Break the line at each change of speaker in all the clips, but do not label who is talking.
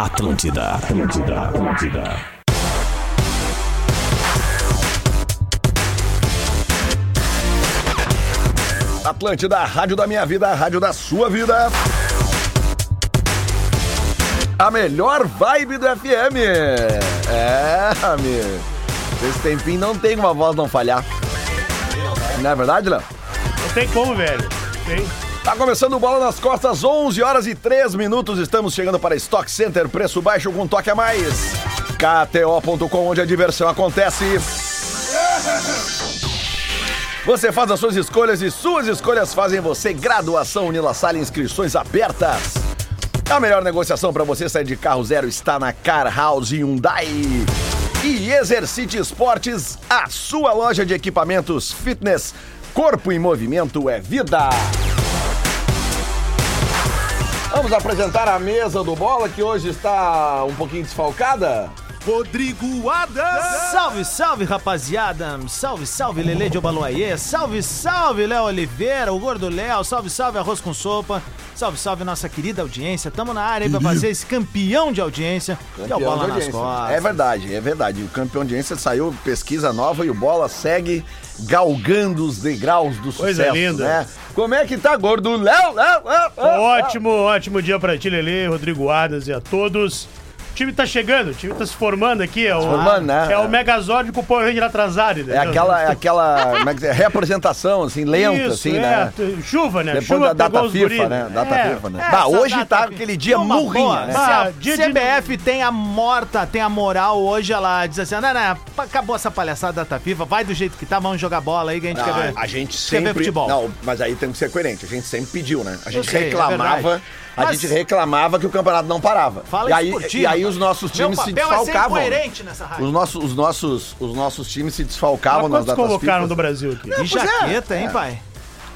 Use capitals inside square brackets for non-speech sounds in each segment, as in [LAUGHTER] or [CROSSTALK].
Atlântida, Atlântida, Atlântida.
Atlântida, a rádio da minha vida, a rádio da sua vida. A melhor vibe do FM. É, amigo. Esse tempinho não tem como a voz não falhar. Não é verdade, Léo?
Não tem como, velho. Tem.
Tá começando o Bola nas Costas, 11 horas e 3 minutos. Estamos chegando para Stock Center, preço baixo com toque a mais. KTO.com, onde a diversão acontece. Você faz as suas escolhas e suas escolhas fazem você. Graduação Unilassal, inscrições abertas. É A melhor negociação para você sair de carro zero está na Car House Hyundai. E Exercite Esportes, a sua loja de equipamentos fitness. Corpo em movimento é vida. Vamos apresentar a mesa do Bola, que hoje está um pouquinho desfalcada.
Rodrigo Adams.
Salve, salve, rapaziada! Salve, salve, Lele de Obaloaie! Salve, salve, Léo Oliveira, o Gordo Léo! Salve, salve, Arroz com Sopa! Salve, salve, nossa querida audiência! Tamo na área aí pra fazer esse campeão de audiência, que é o
Campeão
Bola
de
nas
audiência.
Costas.
É verdade, é verdade. O campeão de audiência saiu, pesquisa nova e o Bola segue galgando os degraus do
Coisa
sucesso,
linda.
né? Como é que tá, Gordo Léo? Léo, Léo, Léo?
Ótimo, ótimo dia pra ti, Lele, Rodrigo Adas e a todos. O time tá chegando, o time tá se formando aqui. É o,
formando, né?
é o Megazord com o Power Ranger atrasado,
É
entendeu?
aquela, é aquela como é que é? reapresentação, assim, lenta,
Isso,
assim,
é,
né?
t- Chuva, né?
Depois
Chuva
da
pegou
data
os
FIFA,
guris.
né? Data
É,
FIFA, né?
É,
Bah,
essa
hoje
data
tá
que-
aquele dia
Uma boa.
murrinha, né?
Se a
Ah, dia de-
CBF tem a morta, tem a moral hoje, ela diz assim, não, não, acabou essa palhaçada da FIFA, vai do jeito que tá, vamos jogar bola aí que a gente
Ah,
quer ver.
a gente
quer ver
sempre.
futebol.
Não, mas aí tem que ser coerente. A gente sempre pediu, né? A gente
sei, é
reclamava.
verdade.
a
Mas-
gente reclamava que o campeonato não parava.
Fala
e
isso
aí,
por ti,
e aí
rapaz.
os nossos times
Meu
se
papel é ser
desfalcavam.
coerente nessa rádio.
os, nossos, os, nossos, os nossos times se
Mas
desfalcavam nas
quantos
datas
colocaram
fifas.
do Brasil aqui?
Que
pois é.
jaqueta, hein, pai?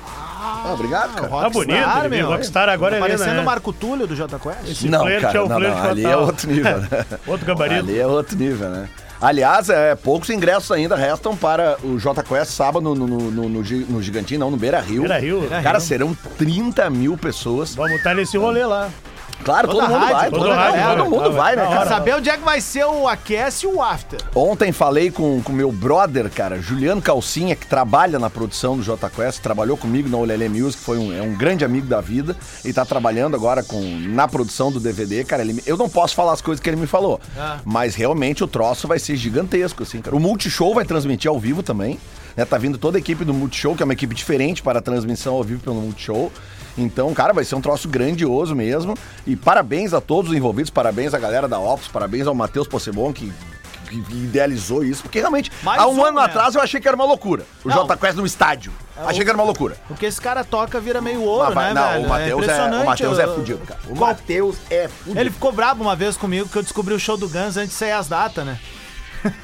Ah, obrigado, cara.
Tá bonito, ele veio Rockstar agora é
Tá Parecendo
Helena,
o
né?
Marco Túlio do Jota Quest.
Esse
não,
flerte
cara,
é o
não, não,
flerte
ali é
fatal.
outro
[LAUGHS]
nível, né?
Outro gabarito.
Ali é outro nível, né? Aliás, é, poucos ingressos ainda restam para o J Quest sábado no, no, no, no Gi- no Gigantinho, não, no Beira Rio.
Beira Rio.
Cara, serão 30 mil pessoas.
Vamos estar nesse
[LAUGHS]
rolê lá.
Claro,
Toda
todo mundo
rádio,
vai,
toda
todo, não,
rádio
todo
vai,
mundo
vai,
vai, né,
na
cara?
hora.
Quer saber onde é que vai ser o aquece e o after?
Ontem falei com o meu brother, cara, Juliano Calcinha, que trabalha na produção do Jota Quest, trabalhou comigo na Olelê Music, foi um, é um grande amigo da vida e tá trabalhando agora com, na produção do DVD, cara. ele me- eu não posso falar as coisas que ele me falou,
Ah.
mas realmente o troço vai ser gigantesco, assim, cara. O Multishow vai transmitir ao vivo também, né? Tá vindo toda a equipe do Multishow, que é uma equipe diferente para a transmissão ao vivo pelo Multishow. Então, cara, vai ser um troço grandioso mesmo. E parabéns a todos os envolvidos, parabéns à galera da Ops, parabéns ao Matheus Possebon, que que idealizou isso, porque realmente,
Mais
há um,
um,
ano
né?
atrás eu achei que era uma loucura. O
Não. É
Jota Quest no estádio. achei que era uma loucura.
O que esse cara toca vira meio ouro,
Mas vai-
né,
não,
velho?
o Matheus é, o Matheus é
eu-
fudido, cara. O
Qual-
Matheus é fudido.
Ele ficou brabo uma vez comigo que eu descobri o show do Guns antes de sair as datas, né?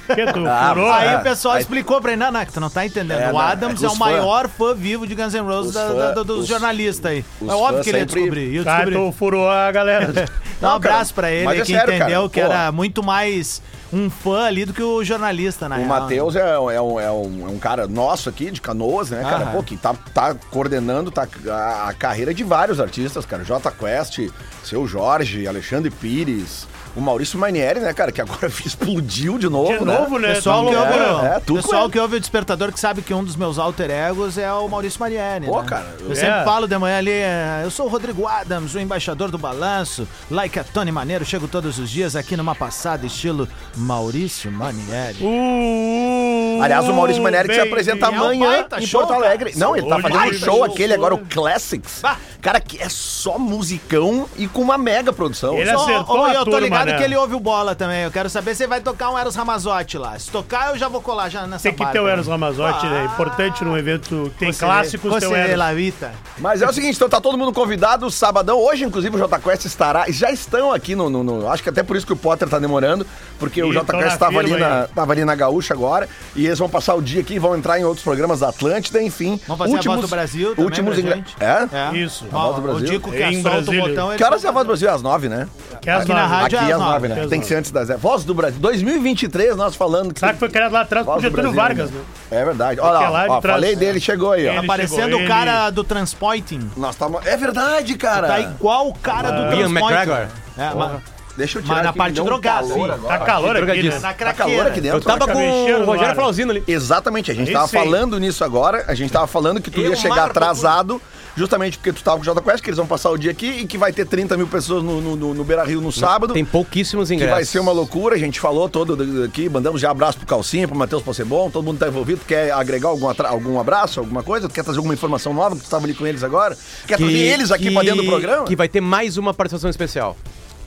Que tu
Ah,
furou?
mas-
Aí
É,
o pessoal
aí-
explicou pra ele, não, não, que tu não tá entendendo.
É,
o
não,
Adams
é
é,
os
o maior fã vivo de Guns N' Roses
Os
da-
fã-
da- da- dos
os-
jornalistas aí.
os
É óbvio que ele ia
fãs sempre-
descobrir. e eu
Tá,
descobri.
tu furou
[LAUGHS]
a galera.
Dá um
Não, cara,
abraço pra ele
mas é
que
sério, cara.
entendeu que
Pô.
era muito mais um fã ali do que o jornalista, na
O
real. né?
Matheus é, é um, é um- é um cara nosso aqui, de canoas, né, cara?
Aham.
Pô, que tá, tá coordenando tá, a, a carreira de vários artistas, cara. Jota Quest, seu Jorge, Alexandre Pires, o Maurício Manieri, né, cara? Que agora [LAUGHS] explodiu de novo.
De novo, né?
Pessoal,
Tá
que,
louco,
ouve,
é, tudo com
pessoal
ele.
que ouve o Despertador que sabe que um dos meus alter egos é o Maurício Mariani.
Pô,
né?
cara, eu-
Eu sempre
é.
falo de manhã ali, é, eu sou o Rodrigo Adams, o embaixador do balanço, like a Tony Maneiro, chego todos os dias aqui numa passada estilo Maurício Manieri.
Uh,
Aliás, o Maurício Manieri que se
baby.
apresenta
é um
amanhã
baita
em
show,
Porto
cara.
Alegre. Não, ele tá
Hoje
fazendo um
baita
show
show.
aquele agora, o Classics.
Bah.
Cara, que é só musicão e com uma mega produção.
Ele é
Ô, ô,
acertou
ô,
a
eu tô
turma,
ligado
né?
que ele ouve o bola também. Eu quero saber se ele vai tocar um Eros Ramazotti lá. Se tocar, eu já vou colar já nessa
Tem que
barca.
ter o Eros Ramazotti, né?
Ah.
Importante num evento que tem
Você-
clássicos, tem o
Você,
Eros.
La Vita.
Mas é o seguinte, então tá todo mundo convidado, sabadão. Hoje, inclusive, o Jota Quest estará. e Já estão aqui no, no- no- Acho que até por isso que o Potter tá demorando, porque o
Ih,
Jota
tão
Quest
na
tava ali,
firma
na,
aí.
tava ali na Gaúcha agora. E eles vão passar o dia aqui, vão entrar em outros programas da Atlântida, enfim.
Vamos fazer a voz do Brasil também
últimos
pra
ingra-
gente.
É?
Isso.
Ó,
A voz do
O
Brasil.
Dico que
Em
assolta
Brasília.
o botão... ele
Que horas é a
solta-
voz do Brasil? Às nove, né?
Que é às
Aqui na
nove.
rádio-
Aqui
às
às nove,
nove,
né?
às
Tem que
nove.
ser antes das dez. Voz do Brasil. 2023, nós falando que.
Será que foi criado lá atrás por
Voz do
Getúlio
Brasil,
Vargas,
né?
né?
É verdade. Olha
Porque lá
lá,
de
ó,
trás-
falei dele, chegou aí, ó.
Ele-
Aparecendo
chegou,
tá o cara do Transpointing.
Nós tamo... É verdade, cara.
Tá igual o cara do
Ian
Transpointing.
McGregor.
É, mas-
Deixa eu tirar
Mas na
aqui, me
parte
deu um
drogada,
calor
sim.
agora.
Tá calor aqui, né?
drogadíssimo.
Na
Tá calor aqui
craqueira.
dentro.
Eu tava
Tá
com
mexendo
o
no
Rogério
ar.
Flauzino ali.
Exatamente, a gente
Aí
tava
sim.
falando nisso agora, a gente tava falando que tu
Eu
ia chegar
marco
atrasado, justamente porque tu tava com o Jota Quest, que eles vão passar o dia aqui e que vai ter 30 mil pessoas no, no, no- no Beira Rio no sábado.
Tem pouquíssimos
Que
ingressos.
vai ser uma loucura, a gente falou todo d- aqui, mandamos já abraço pro Calcinha, pro Matheus Possebon, todo mundo tá envolvido, quer agregar algum, atra- algum abraço, alguma coisa, quer trazer alguma informação nova, que tu tava ali com eles agora, quer trazer eles aqui pra dentro do programa,
Que vai ter mais uma participação especial.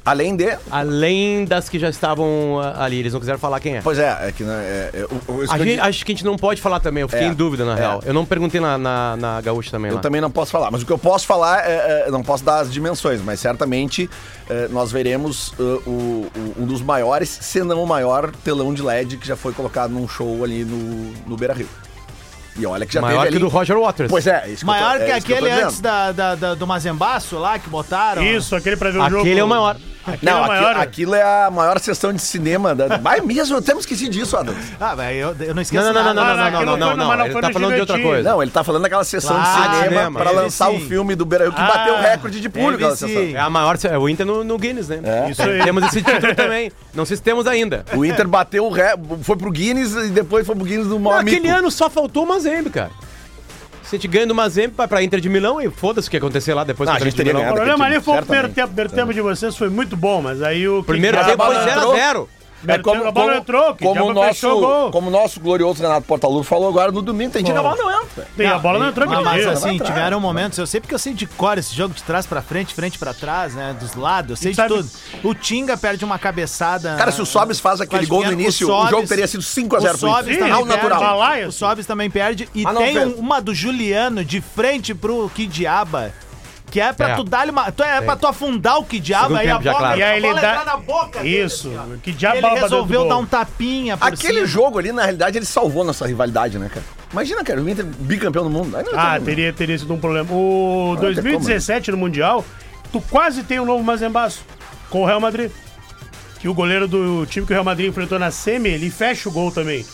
além de...
Além das que já estavam ah, ali. Eles não quiseram falar quem é.
Pois é, é que né, é, é, o- o- isso
A
que eu
gente-
di-
acho que a gente não pode falar também. Eu fiquei
É,
em dúvida, na
é.
real. Eu não perguntei na, na, na Gaúcha também.
Eu
lá.
também não posso falar, mas o que eu posso falar, é, é, não posso dar as dimensões, mas certamente é, nós veremos uh, o- o- um dos maiores, se não o maior telão de LED que já foi colocado num show ali no, no Beira Rio. E olha que já
Maior
teve
que
ali.
do Roger Waters.
Pois é, isso
Maior
eu tô-
que
é isso eu tô
aquele
dizendo.
antes da, da- da- do Mazembaço lá que botaram.
Isso, aquele pra ver o jogo.
Aquele é o maior.
Aquele é
Não,
o
aqui-
maior.
aquilo é a maior sessão de cinema da. Mas mesmo, eu até me esqueci disso, Adam.
Ah, velho, eu, eu não esqueço
Não, não, não, não,
nada.
não, não,
Caraca,
não, não,
não foi
não,
no- mas
não.
não
Ele
foi
tá
no
falando de outra
Gigantinho.
coisa.
Não, ele tá falando daquela sessão
Claro,
de cinema
cinema,
pra
teve
lançar o
sim.
filme do Beira Rio que
Ah,
bateu o recorde de público
teve
aquela sessão.
sim.
É a maior. É o Inter no, no Guinness, né?
Isso aí.
Temos esse título também. Não sei se temos ainda.
O Inter bateu o ré, foi pro Guinness e depois foi pro Guinness do
Não,
maior
aquele
mico.
ano só faltou o Mazembe, cara. Se a gente ganha do Mazembe, vai pra Inter de Milão e foda-se o que acontecer lá depois
Não,
com
a gente
Inter de
teria
O
Milão.
ganhado.
problema ali foi o primeiro
Certamente.
tempo. O primeiro tempo de vocês foi muito bom, mas aí o.
Primeiro
que-
tempo foi
bola
0
entrou.
a 0
É
Primeiro
como,
tempo a bola
como-
entrou, que
como, o
diabo fechou o
nosso,
gol.
como o nosso glorioso Renato Portaluppi falou agora no domingo, tem dia que a bola não entra.
Tem, a bola não entrou
Ah,
aquele
mas
dia.
assim,
atrás.
tiveram momentos, eu sei porque eu sei de cor esse jogo de trás pra frente, frente pra trás, né, dos lados, eu sei
E
de
sabe-
tudo. O Tinga perde uma cabeçada.
Cara, se o Sobis faz aquele gol no
Vasco,
início, o
é, Sobis-
jogo teria sido 5 a 0
o
pro
Sobis
Inter.
também
Ao
perde,
natural.
O Sobis também perde e
Ah, não,
tem um-
fez.
uma do Juliano de frente pro Kidiaba. Que é pra
É.
tu dar uma. tu- É pra tu afundar o Kidiaba
Segundo
aí a
tempo já,
bola,
claro.
E aí
a
ele
bola
dá-
entrar na boca dele,
Isso,
assim, ó.
que diabo
Ele
bateu do
resolveu
gol.
dar um tapinha por
Aquele
cima.
jogo ali, na realidade, ele salvou nossa rivalidade, né, cara? Imagina, cara, o Inter bicampeão do mundo. Aí não
Ah,
tem-
teria, teria sido um problema. O
Ah,
2017 no Mundial, tu quase tem um novo Mazembaço com o Real Madrid. Que o goleiro do time que o Real Madrid enfrentou na semi, ele fecha o gol também.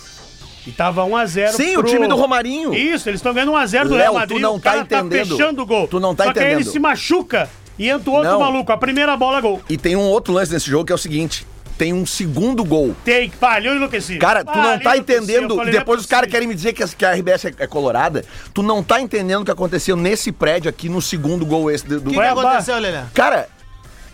E tava 1x0
Sim, o time do Romarinho.
Isso, eles estão ganhando 1x0 do
Léo,
Real Madrid.
tu não
o cara
tá
tá,
entendendo.
fechando o gol.
Tu não tá
Só que aí ele
entendendo.
se machuca e entra o outro
Não.
maluco. A primeira bola, gol.
E tem um outro lance nesse jogo que é o seguinte: tem um segundo gol.
Take, valeu, enlouqueci.
Cara, tu não
Valeu,
tá
enlouqueci.
entendendo.
Eu falei, não é
Depois os caras
possível.
querem me dizer que a, que a RBS é, é colorada. Tu não tá entendendo o que aconteceu nesse prédio aqui no segundo gol esse do, do
O que, que
Ué,
aconteceu, Lelê?
Cara,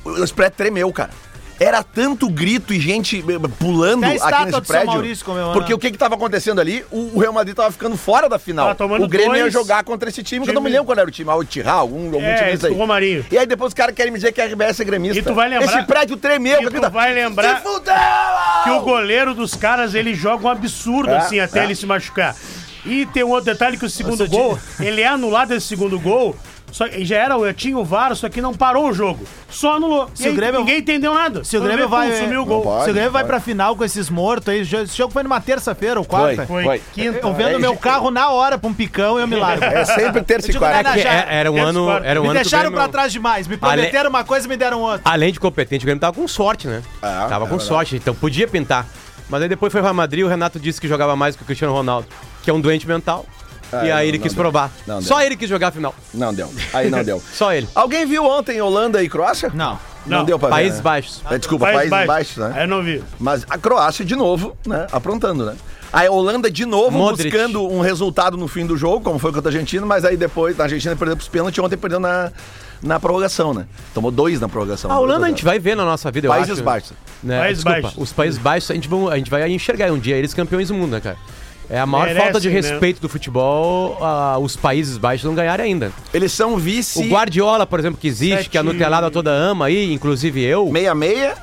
o- esse prédio tremeu, cara. Era tanto grito e gente eh, pulando
Até a
aqui
estátua
nesse
de São
prédio.
Maurício comemorando.
porque o que que tava acontecendo ali? O, o Real Madrid tava ficando fora da final.
Tava tomando
o Grêmio ia
dois.
jogar contra esse time, que eu não me
Time-
lembro qual era o time. Ah, o Tirá, algum, algum
É,
time desse
esse
aí.
do Romarinho.
E aí depois os caras querem me dizer que a RBS é gremista.
E tu vai lembrar-
Esse prédio tremeu.
E
cara,
tu
tá-
vai lembrar-
Se fudeu!
que o goleiro dos caras ele joga um absurdo
É,
assim até
é.
ele se machucar. E tem um outro detalhe que o segundo
Nossa,
gol, ele é anulado esse segundo gol. Só, e já era, o- tinha o VAR, só que não parou o jogo. Só anulou. E
o
aí
Grêmio-
ninguém entendeu nada.
Se o
Quando
Grêmio
vê,
vai.
pum, sumiu o gol.
pode.
se o Grêmio vai
pode.
pra final com esses mortos aí, esse jogo foi numa terça-feira ou quarta.
Foi.
Foi.
Quinta.
Eu vendo
É,
meu
gente.
carro na hora pra um picão e eu me largo.
É sempre terça
Eu
e
digo, né,
É
quarta.
que é- era um
Menos
ano.
quatro.
Era um
Me
ano que o
deixaram
Grêmio-
pra trás demais. Me prometeram uma coisa e me deram outra.
Além de competente, o Grêmio tava com sorte, né?
Ah,
tava
é
com
verdade.
sorte, então podia pintar. Mas aí depois foi Real Madrid o Renato disse que jogava mais que o Cristiano Ronaldo, que é um doente mental.
Ah,
e aí
não,
ele
não
quis
deu.
provar.
Não
Só
deu.
ele quis jogar a final.
Não deu. Aí não deu.
Só ele.
[LAUGHS] Alguém viu ontem Holanda e Croácia?
Não.
Não,
Não. É.
deu pra ver.
Países
né?
Baixos.
É, desculpa,
Países
Países,
Baixos.
Baixos, né?
Aí eu não vi.
Mas a Croácia, de novo, né? Aprontando, né? A Holanda, de novo,
Modric.
buscando um resultado no fim do jogo, como foi contra a Argentina, mas aí depois, a Argentina perdeu pros pênaltis, ontem perdeu na, na prorrogação, né? Tomou dois na prorrogação.
A Ah, Holanda a gente vai ver na nossa vida, eu
Países
acho.
Baixos.
Né?
Países
Desculpa,
Baixos.
Os Países Baixos, a gente, vão, a gente vai enxergar um dia eles campeões do mundo, né, cara? É a maior
Merecem,
falta de
né?
respeito do futebol, ah, os Países Baixos não ganharam ainda.
Eles são
O
vice
Guardiola, por exemplo, que existe,
Sete-
que a Nutelada toda ama aí, inclusive eu.
66.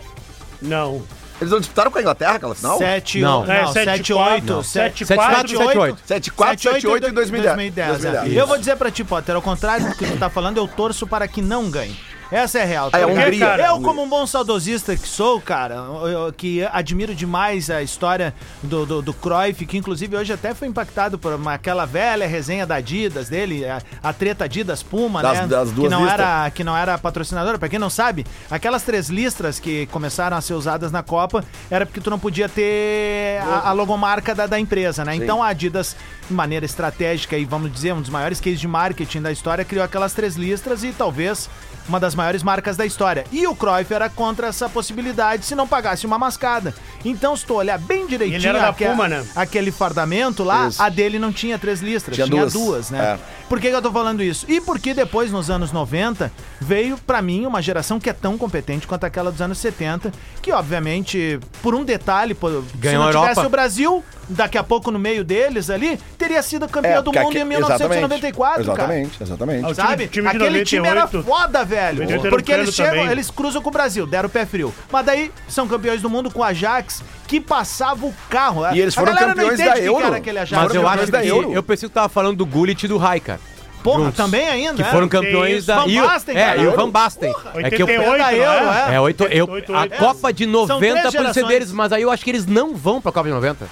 Não.
Eles não disputaram com a Inglaterra aquela final?
7,
Não.
não,
É,
7,
7-4,
8, 7,
7-4, 7-8.
74, 78 e 2010.
2010 é.
2010.
Eu vou dizer pra ti, Potter, ao contrário do que tu tá falando, eu torço para que não ganhe. Essa é a real.
Ah, é a
Porque,
Hungria.
cara, eu,
Hungria.
como um bom saudosista que sou, cara, eu- eu- que admiro demais a história do, do, do Cruyff, que inclusive hoje até foi impactado por uma- aquela velha resenha da Adidas dele, a, a treta Adidas-Puma,
Das-
né?
das duas
que não
listas.
era a- que não era patrocinadora, pra quem não sabe, aquelas três listras que começaram a ser usadas na Copa, era porque tu não podia ter a, a logomarca da, da empresa, né? Então a Adidas, de maneira estratégica e vamos dizer, um dos maiores cases de marketing da história, criou aquelas três listras e talvez uma das maiores marcas da história. E o Cruyff era contra essa possibilidade se não pagasse uma mascada. Então, se tu olhar bem direitinho
Ele era da
aque-
Puma, né?
aquele fardamento lá,
Isso.
a dele não tinha três listras,
Tinha
tinha,
duas. É.
duas. né? Por que, que eu tô falando isso? E porque depois, nos anos 90, veio pra mim uma geração que é tão competente quanto aquela dos anos 70, que obviamente, por um detalhe, pô, se
Ganhou
não
a
tivesse
Europa.
o Brasil, daqui a pouco no meio deles ali, teria sido campeão do
É, porque
mundo
aqui-
em 1994, cara.
Exatamente, exatamente.
Ah, o time-
Sabe?
time de
Aquele time era
98.
foda, velho.
98 era
Porque
ucrano
eles chegam,
também.
eles cruzam com o Brasil, deram o pé frio. Mas daí são campeões do mundo com o Ajax, que passava o carro.
E eles
A
foram
galera não
campeões
entende
da
quem
Euro.
era aquele Ajax.
Mas
Foram
eu
campeões
acho que.
da Euro.
Eu pensei que tu tava falando do Gullit e do Raika.
Porra,
juntos,
também ainda.
Que
é?
foram campeões
isso,
da.
Van
e o-
Basten,
é,
cara.
e o Van Basten. É que eu.
88,
É da
né?
Euro, é.
É, oito, eu, a
88.
Copa de
três
90 pode ser
gerações.
deles, mas aí eu acho que eles não vão pra Copa de 90.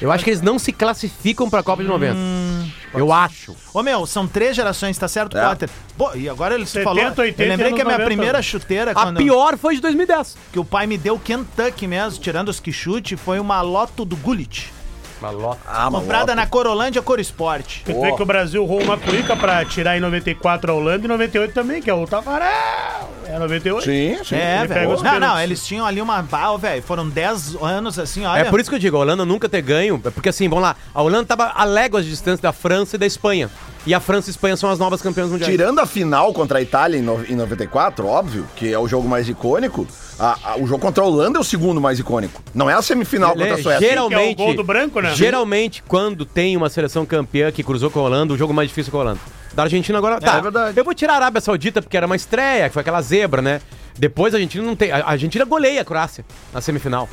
Eu acho que eles não se classificam pra Copa de 90. eu acho.
Ô meu, são três gerações, tá certo,
É.
Potter? Pô, e agora ele
70,
falou.
80
eu lembrei que a minha
anos 90.
primeira chuteira,
A
quando,
pior foi de 2010.
que o pai me deu Kentucky mesmo, tirando os que chute, foi uma loto do Gullit.
Ah, mas
comprada
logo.
na Corolândia Cor Esporte.
Tanto é que o Brasil roubou uma cuica pra tirar em 94 a Holanda e 98 também, que é o Tafarel. É 98.
Sim, sim.
É,
Ele pega
velho.
os
Não, não,
pênaltis.
eles tinham ali uma. Ah, velho, foram 10 anos assim, olha.
É por isso que eu digo, a Holanda nunca ter ganho, é porque assim, vamos lá, a Holanda tava a léguas de distância da França e da Espanha. E a França e a Espanha são as novas campeãs mundiais.
Tirando a final contra a Itália em no- em 94, óbvio, que é o jogo mais icônico, a- a- o jogo contra a Holanda é o segundo mais icônico. Não é a semifinal
Ele-
contra a Suécia.
geralmente,
Que é o gol do branco, né?
Geralmente, quando tem uma seleção campeã que cruzou com a Holanda, o jogo mais difícil é com a Holanda. Da Argentina agora. tá,
é verdade.
Eu vou tirar a Arábia Saudita, porque era uma estreia, que foi aquela zebra, né? Depois a Argentina não tem. A a Argentina goleia a Croácia na semifinal.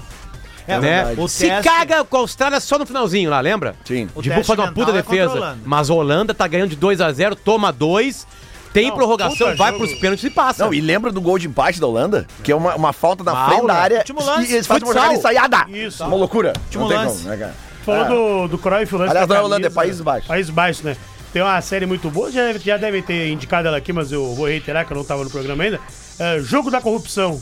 É
né?
verdade. O
Se
teste-
caga com a Austrália só no finalzinho lá, lembra?
Sim.
O
De
teste
faz uma puta
mental é contra a
defesa.
Holanda.
Mas a Holanda tá ganhando de 2 a 0 toma 2, tem
Não,
prorrogação,
puta
vai
jogo.
pros pênaltis e passa.
Não, e lembra do gol de empate da Holanda? Que é uma, uma falta na
Uma
frente
aula.
da área.
Último lance.
E eles fazem uma
Futsal.
jogada ensaiada.
Isso.
Uma loucura.
Último lance.
como, né, cara?
Falou do, do Cruyff, o lance
Aliás,
da
não é Holanda, é
camisa.
Países Baixos.
Países Baixos, né? Tem uma série muito boa, já deve, já devem ter indicado ela aqui, mas eu vou reiterar que eu não tava no programa ainda. É, Jogo da Corrupção.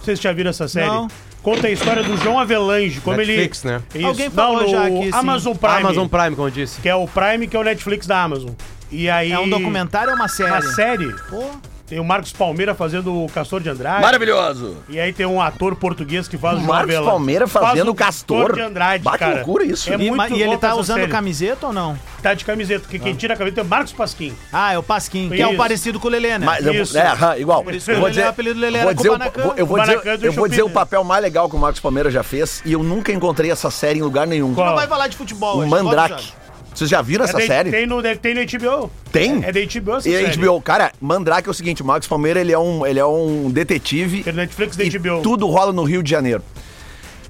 Vocês já viram essa série?
Não.
Conta a história do João Avelange, como
Netflix,
ele...
né?
Isso,
Alguém falou
não, no
já aqui, sim.
Amazon Prime.
Amazon Prime, como eu disse.
Que é o Prime, que é o Netflix da Amazon. E aí...
É um documentário ou uma série?
Uma série.
Pô,
Tem o Marcos Palmeira fazendo o Castor de Andrade.
Maravilhoso.
E aí tem um ator português que faz o João
Marcos
Avelange.
Palmeira
Faz
fazendo
o
Castor.
de Andrade,
Bah, que
cara.
loucura isso.
É
e,
muito
ma- e ele
louca
tá
essa
usando
série.
camiseta ou não?
Tá de camiseta, porque
Ah.
quem tira a camiseta é o Marcos Pasquim.
Ah, é o Pasquim, que é o
Isso.
parecido com o Lelê, né?
Mas eu vou-
Isso.
é, aham, igual.
Por isso
Eu
que
vou
o
dizer,
melhor apelido dele era
vou dizer, o-
Kubanacan.
vou- eu vou dizer,
Kubanacan do
eu vou dizer o
Chupinha.
papel mais legal que o Marcos Palmeira já fez e eu nunca encontrei essa série em lugar nenhum.
Qual?
Não vai falar de futebol.
O
hoje,
Um Mandrake.
todos
Vocês já viram essa
da-
série?
Tem no, deve- tem no HBO.
Tem?
É, é da HBO É essa
E a
série.
HBO, cara, Mandrake é o seguinte, o Marcos Palmeira, ele é um, ele é um detetive.
É Netflix da
e
HBO.
tudo rola no Rio de Janeiro.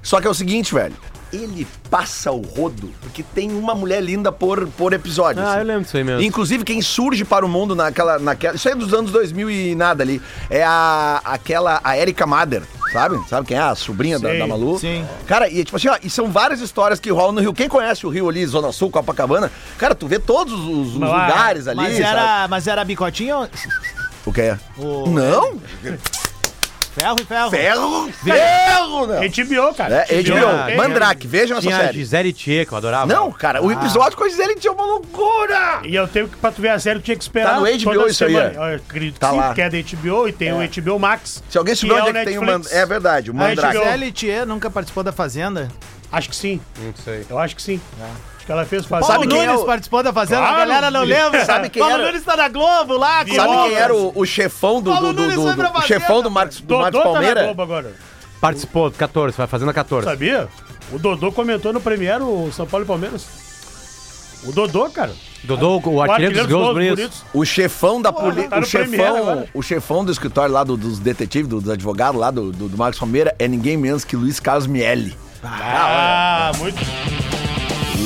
Só que é o seguinte, velho, ele passa o rodo, porque tem uma mulher linda por, por episódio.
Ah,
assim.
eu lembro disso aí mesmo.
Inclusive, quem surge para o mundo naquela, naquela... Isso aí é dos anos 2000 e nada ali. É a, aquela, a Erika Mader, sabe? Sabe quem é? A sobrinha da,
Sei,
da Malu.
sim.
Cara, e é tipo assim, ó, e são várias histórias que rolam no Rio. Quem conhece o Rio ali, Zona Sul, Copacabana, cara, tu vê todos os, os
Mas lá-
lugares ali,
Mas
sabe?
era, mas era bicotinho, ou-
O que é?
O-
Não?
ferro e ferro.
Ferro! Ferro, não!
HBO, cara.
É, HBO,
tem,
Mandrake, vejam essa
Tinha a
série.
Gisele Tchê, que eu adorava.
Não, cara, o episódio com a Gisele tinha uma loucura!
E eu tenho que, pra tu ver a série, tu tinha que esperar.
Tá no HBO
toda
isso aí,
semana.
é.
Eu acredito que
Tá
sim,
lá.
porque é da HBO e tem o HBO Max.
Se alguém souber
que
onde é que tem o
Netflix.
Mandrake. É verdade, o
A HBO.
Mandrake.
Zé Litier nunca participou da Fazenda.
Acho que sim.
Não sei.
Eu acho que sim. Acho que ela fez fazer.
Sabe
Paulo
quem é
Nunes
o-
participou da Fazenda,
Claro.
a galera não lembra.
Sabe quem
Paulo
era?
Nunes tá na Globo lá, com
Sabe quem
obras.
era o, o chefão do, do,
Paulo
do,
Nunes
do-
foi pra
do-
fazenda,
chefão do Marcos, do Marcos
Dodô tá na
Palmeira?
Globo agora.
Participou, 14, vai fazendo a 14.
Sabia? O Dodô comentou no Premier o São Paulo e Palmeiras. O Dodô, cara.
Dodô, o artilheiro dos gols bonitos.
O chefão da polícia.
tá
o,
no Premiere
chefão,
agora.
o chefão do escritório lá do- dos detetives, do- dos advogados lá do, do, do Marcos Palmeira é ninguém menos que Luiz Carlos Miele.
Ah, muito.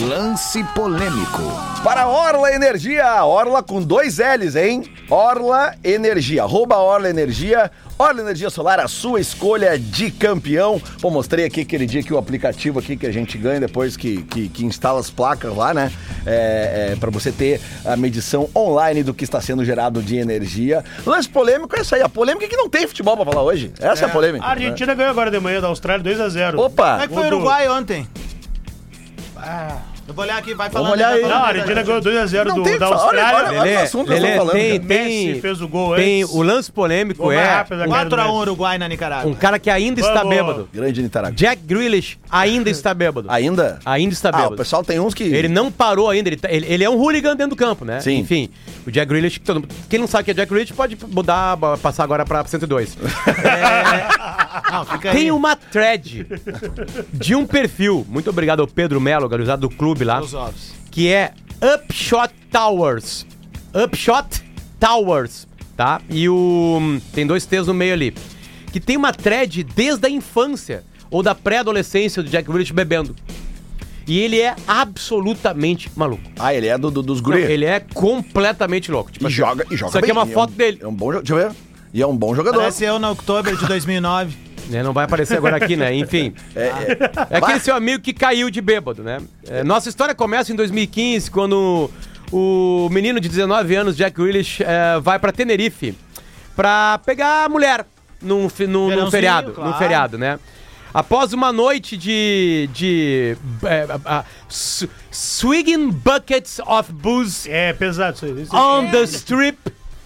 Lance polêmico.
Para a Orla Energia, Orla com dois L's, hein? Orla Energia, arroba Orla Energia, Orla Energia Solar, a sua escolha de campeão. Pô, mostrei aqui aquele dia que o aplicativo aqui que a gente ganha depois que, que, que instala as placas lá, né? É, para você ter a medição online do que está sendo gerado de energia. Lance polêmico é isso aí, a polêmica é que não tem futebol para falar hoje. Essa é, a polêmica.
A Argentina ganhou agora de manhã da Austrália 2x0.
Opa!
Como é que foi o
Mudou. Ah.
Uruguai ontem? Eu vou olhar aqui, vai
Vamos
falando.
olhar
vai
aí.
falando.
Não, a Argentina ganhou 2x0
Não
do-
tem
da
que falar, olha,
Austrália.
olha, olha. Quanto assunto nós
Lelê,
estamos falando,
tem,
cara?
tem,
Messi fez o gol
tem
antes.
o lance polêmico
Gol mais
é
rápido, aquele
4x1
Messi.
Uruguai na Nicarágua.
um cara que ainda está
Vamos.
bêbado.
Grande Nitaragua.
Jack Grealish ainda está bêbado.
Ainda?
Ainda está
Ah, o
bêbado.
pessoal tem uns que.
Ele não parou ainda, ele, tá- ele, ele é um hooligan dentro do campo, né?
Sim.
Enfim, o Jack Grealish, todo mundo- quem não sabe que é Jack Grealish pode mudar, ba- passar agora pra 102.
Não, fica aí.
Tem
um
uma thread de um perfil, muito obrigado ao Pedro Melo, galizado do clube lá,
Os ovos.
que é Upshot Towers. Upshot Towers, tá? E o. Tem dois T's no meio ali. Que tem uma thread desde a infância ou da pré-adolescência do Jack Grealish bebendo. E ele é absolutamente maluco.
Ah, ele é do, do- dos
Não,
guri.
ele é completamente louco. Tipo
E
assim,
joga, e joga
Isso aqui
bem,
é uma
e
foto
um-
dele.
É um bom jogador. Deixa eu ver. E é um bom jogador.
Parece eu na October de 2009.
né, não vai aparecer agora aqui, né? Enfim.
É, é.
É aquele seu amigo que caiu de bêbado, né? É, nossa história começa em 2015, quando o menino de 19 anos, Jack Willis, vai pra Tenerife pra pegar a mulher num, fi- num- num
Verãozinho,
feriado.
claro.
Num feriado, né? Após uma noite de. de. é, a- a- su- swigging buckets of booze
É pesado isso aí. Isso aí.
on the strip.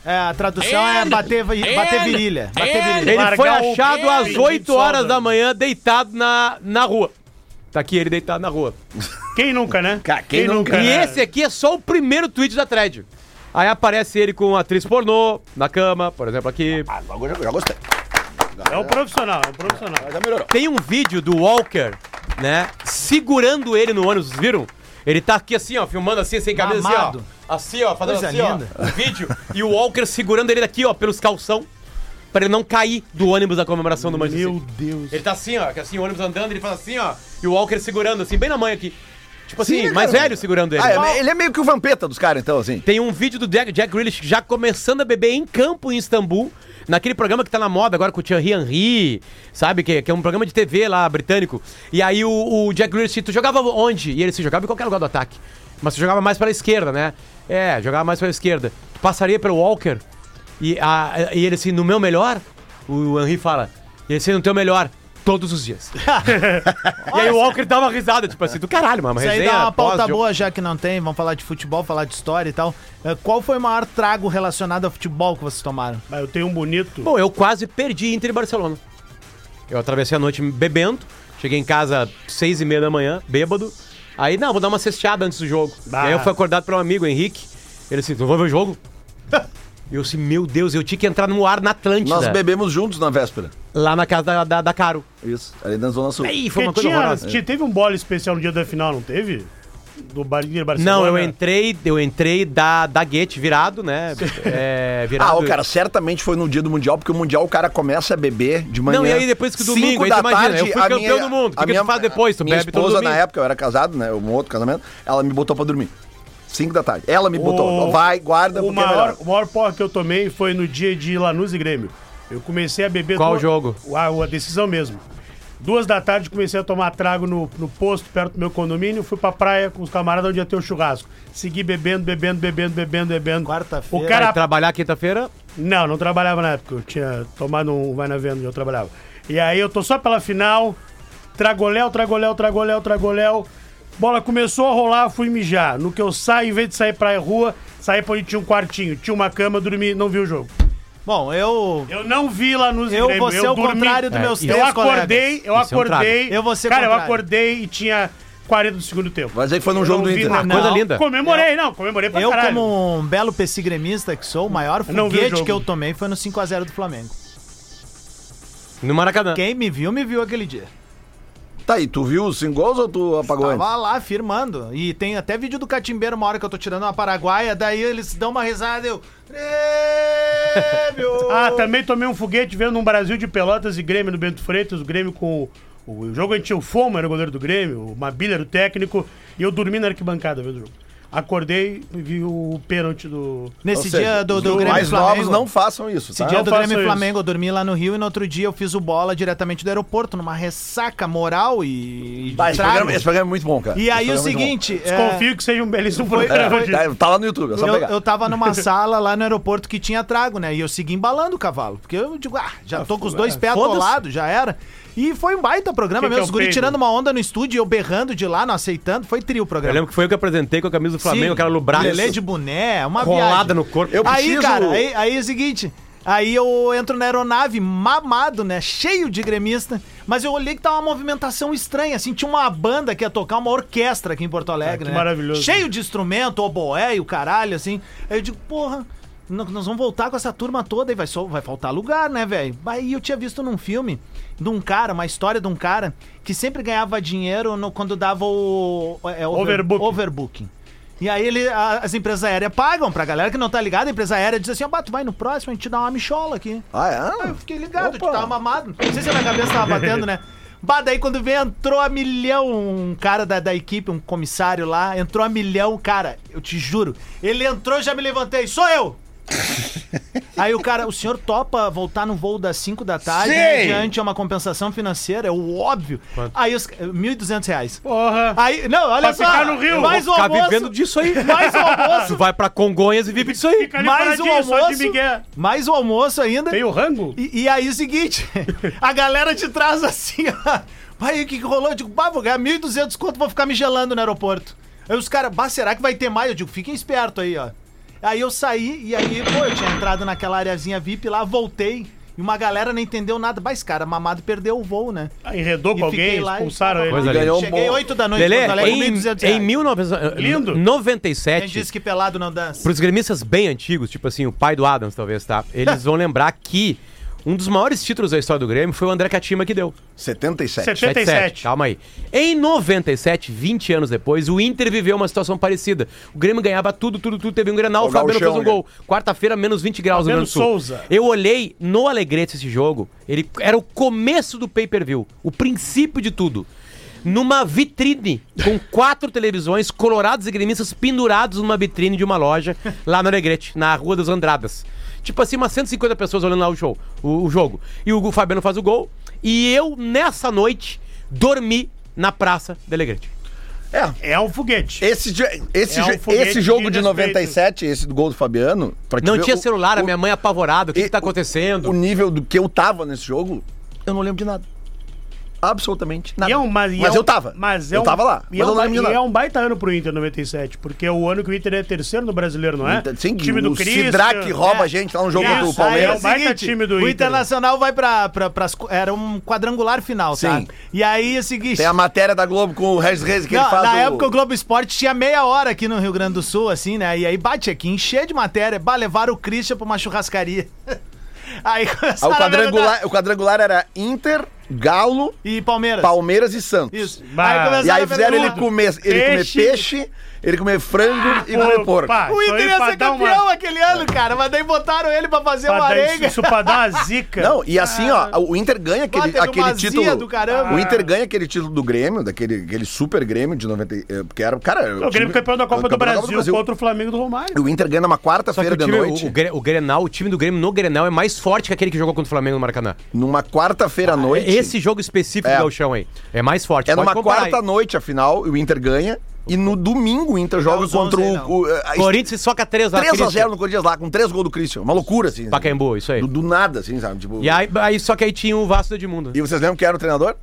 É, a tradução é bater, bater virilha. Bater virilha.
Ele foi
Largar o
achado
pé,
às
pedido
8
só,
horas
né?
da manhã, deitado na, na rua. Tá aqui ele deitado na rua.
Quem nunca, né?
Cara, quem nunca?
E
né?
esse aqui é só o primeiro tweet da thread. Aí aparece ele com atriz pornô na cama, por exemplo, aqui.
Agora Ah, eu já, já gostei.
É um profissional, é um profissional.
Já melhorou.
Tem um vídeo do Walker, né? Segurando ele no ônibus, viram? Ele tá aqui assim, ó, filmando assim, sem camisa, assim, ó.
Mamado.
Assim, ó, fazendo
Coisa
assim,
linda.
ó. O vídeo. E o Walker segurando ele aqui, ó, pelos calção. Pra ele não cair do ônibus da comemoração do Manchester
Meu
City.
Deus.
Ele tá assim, ó, que assim, o ônibus andando, ele faz assim, ó. E o Walker segurando, assim, bem na mãe aqui. Tipo assim,
Sim, né,
mais
cara?
velho segurando ele.
Ah, é me- ele é meio que o vampeta dos caras, então, assim.
Tem um vídeo do Jack, Jack Grealish já começando a beber em campo em Istambul, naquele programa que tá na moda agora com o Thierry Henry, sabe? Que, que é um programa de TV lá, britânico. E aí o, o Jack Grealish, tu jogava onde? E ele se jogava em qualquer lugar do ataque. Mas tu jogava mais pela esquerda, né? É, jogava mais pela esquerda. Tu passaria pelo Walker e, a- e ele assim, no meu melhor? O Henry fala, e ele assim, no teu melhor. Todos os dias. [LAUGHS] e aí o Walker dá uma risada, tipo assim, do caralho, mano.
Isso aí
resenha
dá uma pauta
pós-jogo.
boa, já que não tem. Vamos falar de futebol, falar de história e tal. É, Qual foi o maior trago relacionado ao futebol que vocês tomaram?
Mas eu tenho um bonito.
Bom, eu quase perdi Inter e Barcelona. Eu atravessei a noite bebendo, cheguei em casa seis e meia da manhã, bêbado. Aí, não, vou dar uma cesteada antes do jogo.
Bah.
Aí eu fui acordado pelo amigo, Henrique. Ele assim, tu vai ver o jogo? E eu assim, meu Deus, eu tinha que entrar no ar na Atlântida,
Nós bebemos juntos na véspera.
lá na casa da, da, da Caro.
Isso. Ali na Zona Sul.
Aí, foi uma
Porque
coisa
tinha,
horrorosa.
tinha- teve um bolo especial no dia da final, não teve? Do Bahia Barcelona.
Não, eu entrei, eu entrei da, da Guete virado, né? [LAUGHS] É, virado.
Ah, o cara certamente foi no dia do Mundial, porque o Mundial o cara começa a beber de manhã.
Não, e aí depois que
Cinco
domingo, aí tu
da
imagina, eu fui
a
campeão do mundo, o que
a
que tu faz depois? Tu
minha
bebe todo
esposa, na
domingo?
época, eu era casado, né? Um outro casamento, ela me botou pra dormir. Cinco da tarde. Ela me botou.
O-
Vai, guarda,
O
porque é
maior,
melhor.
o maior porra que eu tomei foi no dia de Lanús e Grêmio. Eu comecei a beber...
Qual
duas-
jogo?
A, a decisão mesmo. Duas da tarde comecei a tomar trago no, no posto, perto do meu condomínio. Fui pra praia com os camaradas onde ia ter o churrasco. Segui bebendo, bebendo, bebendo, bebendo, bebendo.
Quarta-feira.
O
Vai
cara
trabalhar quinta-feira,
Não, não trabalhava na época. Eu tinha tomado um vai na venda onde eu trabalhava. E aí eu tô só pela final. Tragoléu, tragoléu, tragoléu, tragoléu. Bola começou a rolar, fui mijar. No que eu saio, em vez de sair pra rua, saí pra onde tinha um quartinho. Tinha uma cama, dormi, não vi o jogo.
Bom, eu.
Eu não vi lá nos
Eu vou ser o contrário dos
É,
meus
isso.
três
Eu acordei,
colegas.
eu
Isso é um trago.
acordei.
Eu vou ser
Cara, eu
contrário.
acordei e tinha 40 do segundo tempo.
Mas aí foi num
Eu
jogo
não
do
vi
Inter.
nada.
Não.
coisa linda.
Comemorei, não, comemorei pra
Eu,
caralho.
como um belo PC gremista que sou, o maior
não vi o
foguete
jogo.
que eu tomei foi no 5x0 do Flamengo.
no Maracanã.
Quem me viu, me viu aquele dia.
Tá aí, tu viu os cinco gols ou tu apagou antes?
Tava lá firmando. E tem até vídeo do Catimbeiro, uma hora que eu tô tirando uma paraguaia, daí eles dão uma risada
[LAUGHS]
e eu. Grêmio!
Ah, também tomei um foguete vendo um Brasil de Pelotas e Grêmio no Bento Freitas, o Grêmio com o, o jogo antigo, o Foma era o goleiro do Grêmio, o Mabilha era o técnico, e eu dormi na arquibancada vendo o jogo. Acordei e vi o pênalti do.
Nesse
Ou seja,
dia do, do
os
Grêmio
mais
e Flamengo.
novos não façam isso,
Esse
tá?
dia
Ah, eu
do
faço
Grêmio e
isso.
Flamengo, eu dormi lá no Rio e no outro dia eu fiz o bola diretamente do aeroporto, numa ressaca moral e. e
Bah, esse,
trago.
programa, esse programa é muito bom, cara.
Tá, E aí o
Esse programa é muito bom.
seguinte. é,
Confio que seja um belíssimo programa.
foi-
de-
Tá, tá lá no YouTube, é só
Eu,
pegar.
eu
[LAUGHS]
tava numa sala lá no aeroporto que tinha trago, né? E eu segui embalando o cavalo. Porque eu digo, ah, já tô com os dois pés
foda-se.
atolados, já era. E foi um baita programa
Que que é eu
mesmo. Os guri
pego?
tirando uma onda no estúdio, eu berrando de lá, não aceitando. Foi trio o
Eu
programa.
lembro que foi eu que apresentei com a camisa do Flamengo, aquela no braço.
Lelê de boné, é uma
rolada
viagem.
no corpo.
Eu-
aí,
preciso-
cara, aí, aí é o seguinte. Aí eu entro na aeronave mamado, né? Cheio de gremista. Mas eu olhei que tava uma movimentação estranha, assim. Tinha uma banda que ia tocar, uma orquestra aqui em Porto Alegre,
Ah, que
né?
maravilhoso.
Cheio de instrumento, oboé e o caralho, assim. Aí eu digo, porra, no- nós vamos voltar com essa turma toda e vai, só, vai faltar lugar, né, velho? Aí eu tinha visto num filme de um cara, uma história de um cara que sempre ganhava dinheiro no- quando dava o... é,
Overbooking.
overbooking. E aí ele, a- as empresas aéreas pagam pra galera que não tá ligada, a empresa aérea diz assim, ó, bah, tu vai no próximo, a gente te dá uma michola aqui.
Ah, é?
Ah, eu fiquei ligado,
Opa.
tu tava mamado. Não sei se a minha cabeça tava batendo, né? Bah, daí quando veio, entrou a milhão, um cara da, da equipe, um comissário lá, entrou a milhão, cara, eu te juro. Ele entrou, já me levantei, sou eu! Aí o cara, o senhor topa voltar no voo das 5 da tarde,
Sim.
diante é uma compensação financeira, é o óbvio. Aí os, eh, 1.200 reais.
Porra.
Aí, não,
Pra
olha só.
ficar no Rio.
Mais um
Ficar
almoço.
vivendo disso aí. [LAUGHS]
Mais um almoço.
[LAUGHS]
Tu vai pra Congonhas e vive disso aí.
Fica ali
mais um
paradinho, só de
almoço.
Miguel.
Mais um almoço ainda.
Tem o rango?
E, e aí o seguinte, a galera te traz assim, ó. Aí o que, que rolou? Eu digo, bah, vou ganhar 1.200 quanto vou ficar me gelando no aeroporto. Aí os caras, bah, será que vai ter mais? Eu digo, fiquem esperto aí, ó. Aí eu saí e aí, pô, eu tinha entrado naquela areazinha VIP lá, voltei. E uma galera não entendeu nada. Bah, esse cara mamado perdeu o voo, né?
Enredou com
E fiquei
alguém,
lá e-
expulsaram ele.
Coisa linda.
Ganhou um
Cheguei
bom.
8 da noite é
Lelê,
em Porto Alegre, 1.200
em, em
reais.
1997,
Lindo.
Quem disse que pelado não dança?
Para os gremistas bem antigos, tipo assim, o pai do Adams, talvez, tá? Eles vão lembrar que um dos maiores títulos da história do Grêmio foi o André Catima que deu.
77.
77.
Calma aí. Em 97, 20 anos depois, o Inter viveu uma situação parecida. O Grêmio ganhava tudo, tudo, tudo. Teve um Grenal,
O
o Fabiano
Gauchão,
fez um
né?
gol. Quarta-feira, menos 20 graus no
Fabiano
Rio Grande do Sul.
Souza.
Eu olhei no Alegrete esse jogo. Ele era o começo do pay-per-view, o princípio de tudo. Numa vitrine, com quatro televisões, colorados e gremistas pendurados numa vitrine de uma loja lá no Alegrete, na Rua dos Andradas. Tipo assim, umas 150 pessoas olhando lá o show, o, o jogo. E o Fabiano faz o gol. E eu, nessa noite, dormi na praça do Alegrete.
É.
É um foguete.
Esse, jo- esse,
É um
jo-
foguete
esse jogo
de
de 97, esse do gol do Fabiano. pra te
Não
ver
tinha
o-
celular, a
o-
minha mãe apavorada. O que,
e-
que tá acontecendo?
O nível do que eu tava nesse jogo, eu não lembro de nada. Absolutamente nada.
E é um- mas, e
Tá. Mas
é um-
eu tava.
Mas é
eu
um-
tava lá.
E,
Mas
é
eu
um,
não
ba-
lembro de
e é
nada.
um baita ano pro Inter 97, porque é o ano que o Inter é terceiro no brasileiro, não é?
Sim,
time do
o
Christian. é.
Sidraque rouba a gente lá no jogo
Isso,
do
um
Aí é
Palmeiras.
o
baita
seguinte,
time do
o
Inter.
Internacional vai pra, pra, pras qu- Era um quadrangular final,
Sim.
tá? E aí é o seguinte.
Tem a matéria da Globo com o Regis Reis que
Não,
ele faz
na
o-
época o Globo Esporte tinha meia hora aqui no Rio Grande do Sul, assim, né? E aí bate aqui, encher de matéria, bah, levaram o Christian pra uma churrascaria. [LAUGHS] aí
Ah,
começaram
o,
a
quadrangular, o quadrangular era Inter, Galo,
verdade- E Palmeiras.
Palmeiras e Santos.
Isso.
Bah.
E aí fizeram ele
verdade-
comer, ele comer
Peixe.
peixe, ele comer frango e
Pô,
comer porco.
pá,
O
isso
Inter
aí
ia
pra
ser
dar
campeão
uma-
aquele ano, cara, mas daí botaram ele pra fazer
pra
uma
dar isso,
arenga.
isso pra dar uma zica.
[LAUGHS] Não, e assim, ó, o Inter ganha aquele,
Bate numa
aquele
zia
título.
do caramba.
O Inter ganha aquele título do Grêmio, daquele aquele super Grêmio de 90. e- eh, Porque era, cara.
O Grêmio campeão da Copa do Brasil, contra o Flamengo do
E
Romário.
o Inter ganha numa
Só que
quarta-feira
o,
de
time,
noite.
o, o Gre- o Grenal, o time do Grêmio no Grenal é mais forte que aquele que jogou contra o Flamengo no Maracanã.
Numa quarta-feira à noite.
Esse jogo específico
É.
do Gauchão aí é mais forte.
É
Pode
numa
comparar aí.
quarta-noite a final, e o Inter ganha. E no domingo o Inter joga
os
contra o.
11 aí, não.
o eh, a-
Corinthians soca 3 a
3x0 no Corinthians lá, com 3 gols do Christian. Uma loucura, assim.
Pacaembu, isso aí.
Do, do nada, assim, sabe? Tipo,
E aí, aí, só que aí tinha o Vasco do Edmundo.
e vocês lembram que era o treinador?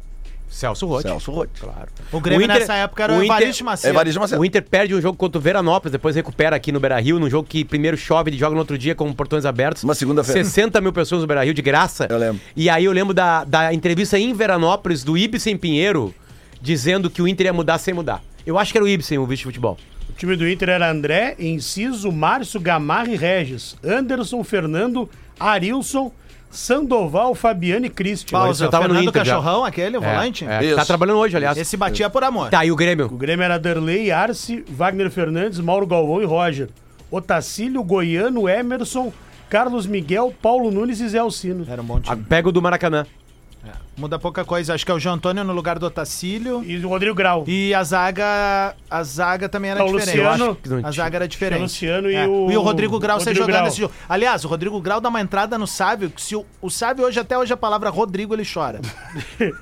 Celso Rotti.
Celso Rotti. Claro.
O Grêmio
O Inter-
nessa época era
o
o
Inter-
Evaristo Macedo.
Evaristo Macedo.
O Inter perde um jogo contra o Veranópolis, depois recupera aqui no Beira-Rio, num jogo que primeiro chove, ele joga no outro dia com portões abertos.
Uma segunda-feira.
60 mil pessoas no Beira-Rio, de graça.
Eu lembro.
E aí eu lembro da, da entrevista em Veranópolis do Ibsen Pinheiro, dizendo que o Inter ia mudar sem mudar. Eu acho que era o Ibsen, o vice de futebol.
O time do Inter era André, Inciso, Márcio, Gamarra e Regis. Anderson, Fernando, Arilson, Sandoval, Fabiano e Christian.
Pausa.
Pausa,
eu tava no
Fernando
Inter já.
Cachorrão, aquele, o volante.
É, é,
Isso.
tá trabalhando hoje, aliás.
Esse batia por amor.
Tá, e o Grêmio?
O Grêmio era Derlei, Arce, Wagner Fernandes, Mauro Galvão e Roger. Otacílio, Goiano, Emerson, Carlos Miguel, Paulo Nunes e Zé Alcino.
Era um bom time.
Ah, Pega o do Maracanã.
Muda pouca coisa. Acho que é o João Antônio no lugar do Otacílio.
E o Rodrigo Grau.
E a zaga. A zaga também era
Tá, o
diferente.
Luciano-
Eu acho que a zaga era diferente. É.
O Luciano e o-
E o Rodrigo Grau sai
Rodrigo
jogando
Grau.
esse jogo. Aliás, o Rodrigo Grau dá uma entrada no Sábio. Que se o, o Sábio hoje, até hoje, a palavra Rodrigo,
[LAUGHS]
ele chora.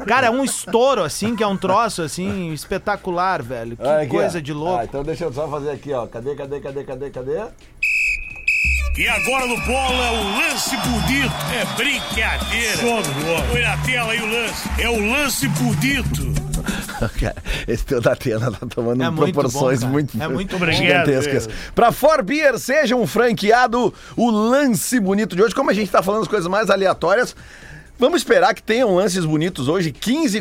Cara, é um estouro, assim, que é um troço, assim, espetacular, velho. Que
Olha aqui,
coisa
ó.
de louco.
Ah, então deixa eu só fazer aqui, ó. Cadê, cadê, cadê, cadê, cadê?
Então,
E agora no bola, o lance bonito. É brincadeira. Põe na tela aí o lance. É o lance bonito.
Cara, Esse teu da tela tá tomando
É muito
proporções
bom, cara.
muito,
É muito bom.
gigantescas. Pra Forbier, seja um franqueado, o lance bonito de hoje. Como a gente tá falando as coisas mais aleatórias, vamos esperar que tenham lances bonitos hoje,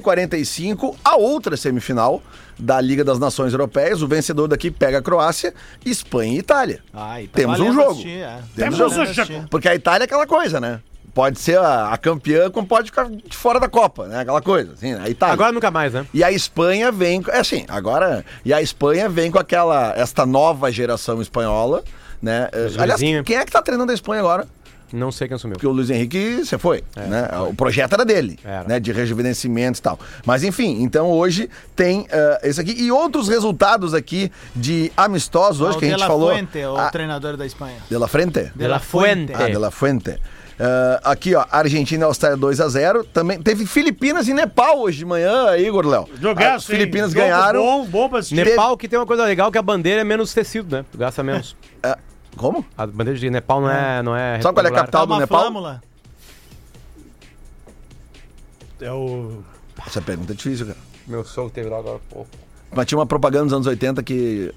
15h45, a outra semifinal da Liga das Nações Europeias. O vencedor daqui pega a Croácia, Espanha e Itália.
Ai, tá
Temos um
valendo
jogo.
assistir, é.
Temos
um
valendo
jogo.
assistir.
Porque a Itália é aquela coisa, né? Pode ser a, a campeã, como pode ficar de fora da Copa, né? Aquela coisa, assim, a Itália.
Agora nunca mais, né?
E a Espanha vem, é assim, agora, e a Espanha vem com aquela, esta nova geração espanhola, né? Eh, Aliás,
gurizinhos.
quem é que tá treinando a Espanha agora?
Não sei quem assumiu.
Porque o Luiz Henrique, você foi, né? O projeto era dele,
Era.
né? De rejuvenescimento e tal. Mas enfim, então hoje tem eh, esse aqui e outros resultados aqui de amistosos hoje
O
que a
De
gente
La
falou.
Fuente, o
Ah,
treinador da Espanha.
de la frente?
De La Fuente.
Ah, de La Fuente. Ah, aqui, ó, Argentina e Austrália 2x0. Também teve Filipinas e Nepal hoje de manhã, Igor Léo.
Jogar,
As Filipinas ganharam.
Bom, bom pra assistir.
Nepal que tem uma coisa legal que a bandeira é menos tecido, né? Tu gasta menos.
Ah, como?
A bandeira de Nepal não é. Não é
Sabe qual é a
retangular.
capital? do Nepal?
Tá flâmula.
É o...
Essa pergunta é difícil, cara.
Meu sogro teve lá agora há pouco.
Mas tinha uma propaganda nos anos 80 que.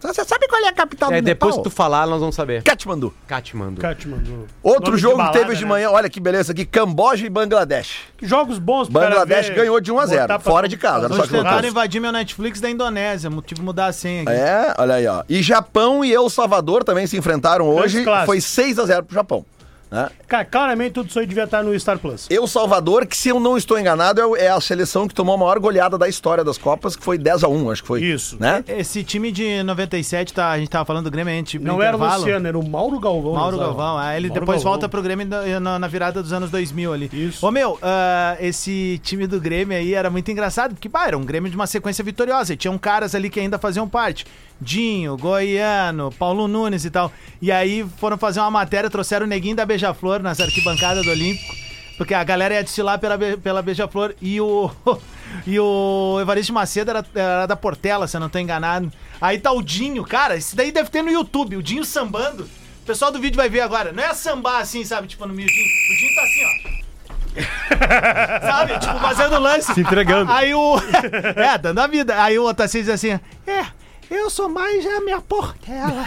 Você sabe qual é a capital
É,
do
depois que
Nepal?
tu falar, nós vamos saber.
Katmandu.
Katmandu.
Katmandu.
Outro
Nome de
jogo que
balada,
teve hoje de
né?
manhã, olha que beleza aqui, Camboja e Bangladesh.
Jogos bons pro cara
Bangladesh
ver,
ganhou de 1 a 0,
botar pra-
fora de casa, olha só
Hoje
que loucura.
tentaram invadir meu Netflix da Indonésia. Tive que mudar a senha
Uhum.
aqui.
É, olha aí, ó. E Japão e El Salvador também se enfrentaram hoje.
clássicos.
Foi 6 a 0 pro Japão. Né?
Cara, claramente tudo isso aí devia estar no Star Plus.
El Salvador, que se eu não estou enganado, é o- é a seleção que tomou a maior goleada da história das Copas, que foi 10 a 1 acho que foi.
Isso.
Né?
Esse time de 97, tá, a gente tava falando do Grêmio, a gente
Não
no
era o
intervalo.
Luciano, era o Mauro Galvão.
Mauro
Zé.
Galvão, ah, ele
Mauro
depois
Galvão.
volta pro Grêmio na, na- na virada dos anos 2000 ali.
Isso.
Ô meu, ah, esse time do Grêmio aí era muito engraçado, porque pá, era um Grêmio de uma sequência vitoriosa, e tinham caras ali que ainda faziam parte. Dinho, Goiano, Paulo Nunes e tal. E aí foram fazer uma matéria, trouxeram o Neguinho da Beija-Flor nas arquibancadas do Olímpico, porque a galera ia desfilar pela, Be- pela Beija-Flor e o [LAUGHS] e o Evaristo Macedo era, era da Portela, se eu não tô enganado. Aí tá o Dinho, cara, isso daí deve ter no YouTube, o Dinho sambando. O pessoal do vídeo vai ver agora. Não é sambar assim, sabe? Tipo, no miudinho. O Dinho tá assim, ó. Sabe? Tipo, fazendo lance. Se entregando. Aí o. [LAUGHS] É, dando a vida. Aí o Otacílio diz assim: É, eu sou mais a minha portela.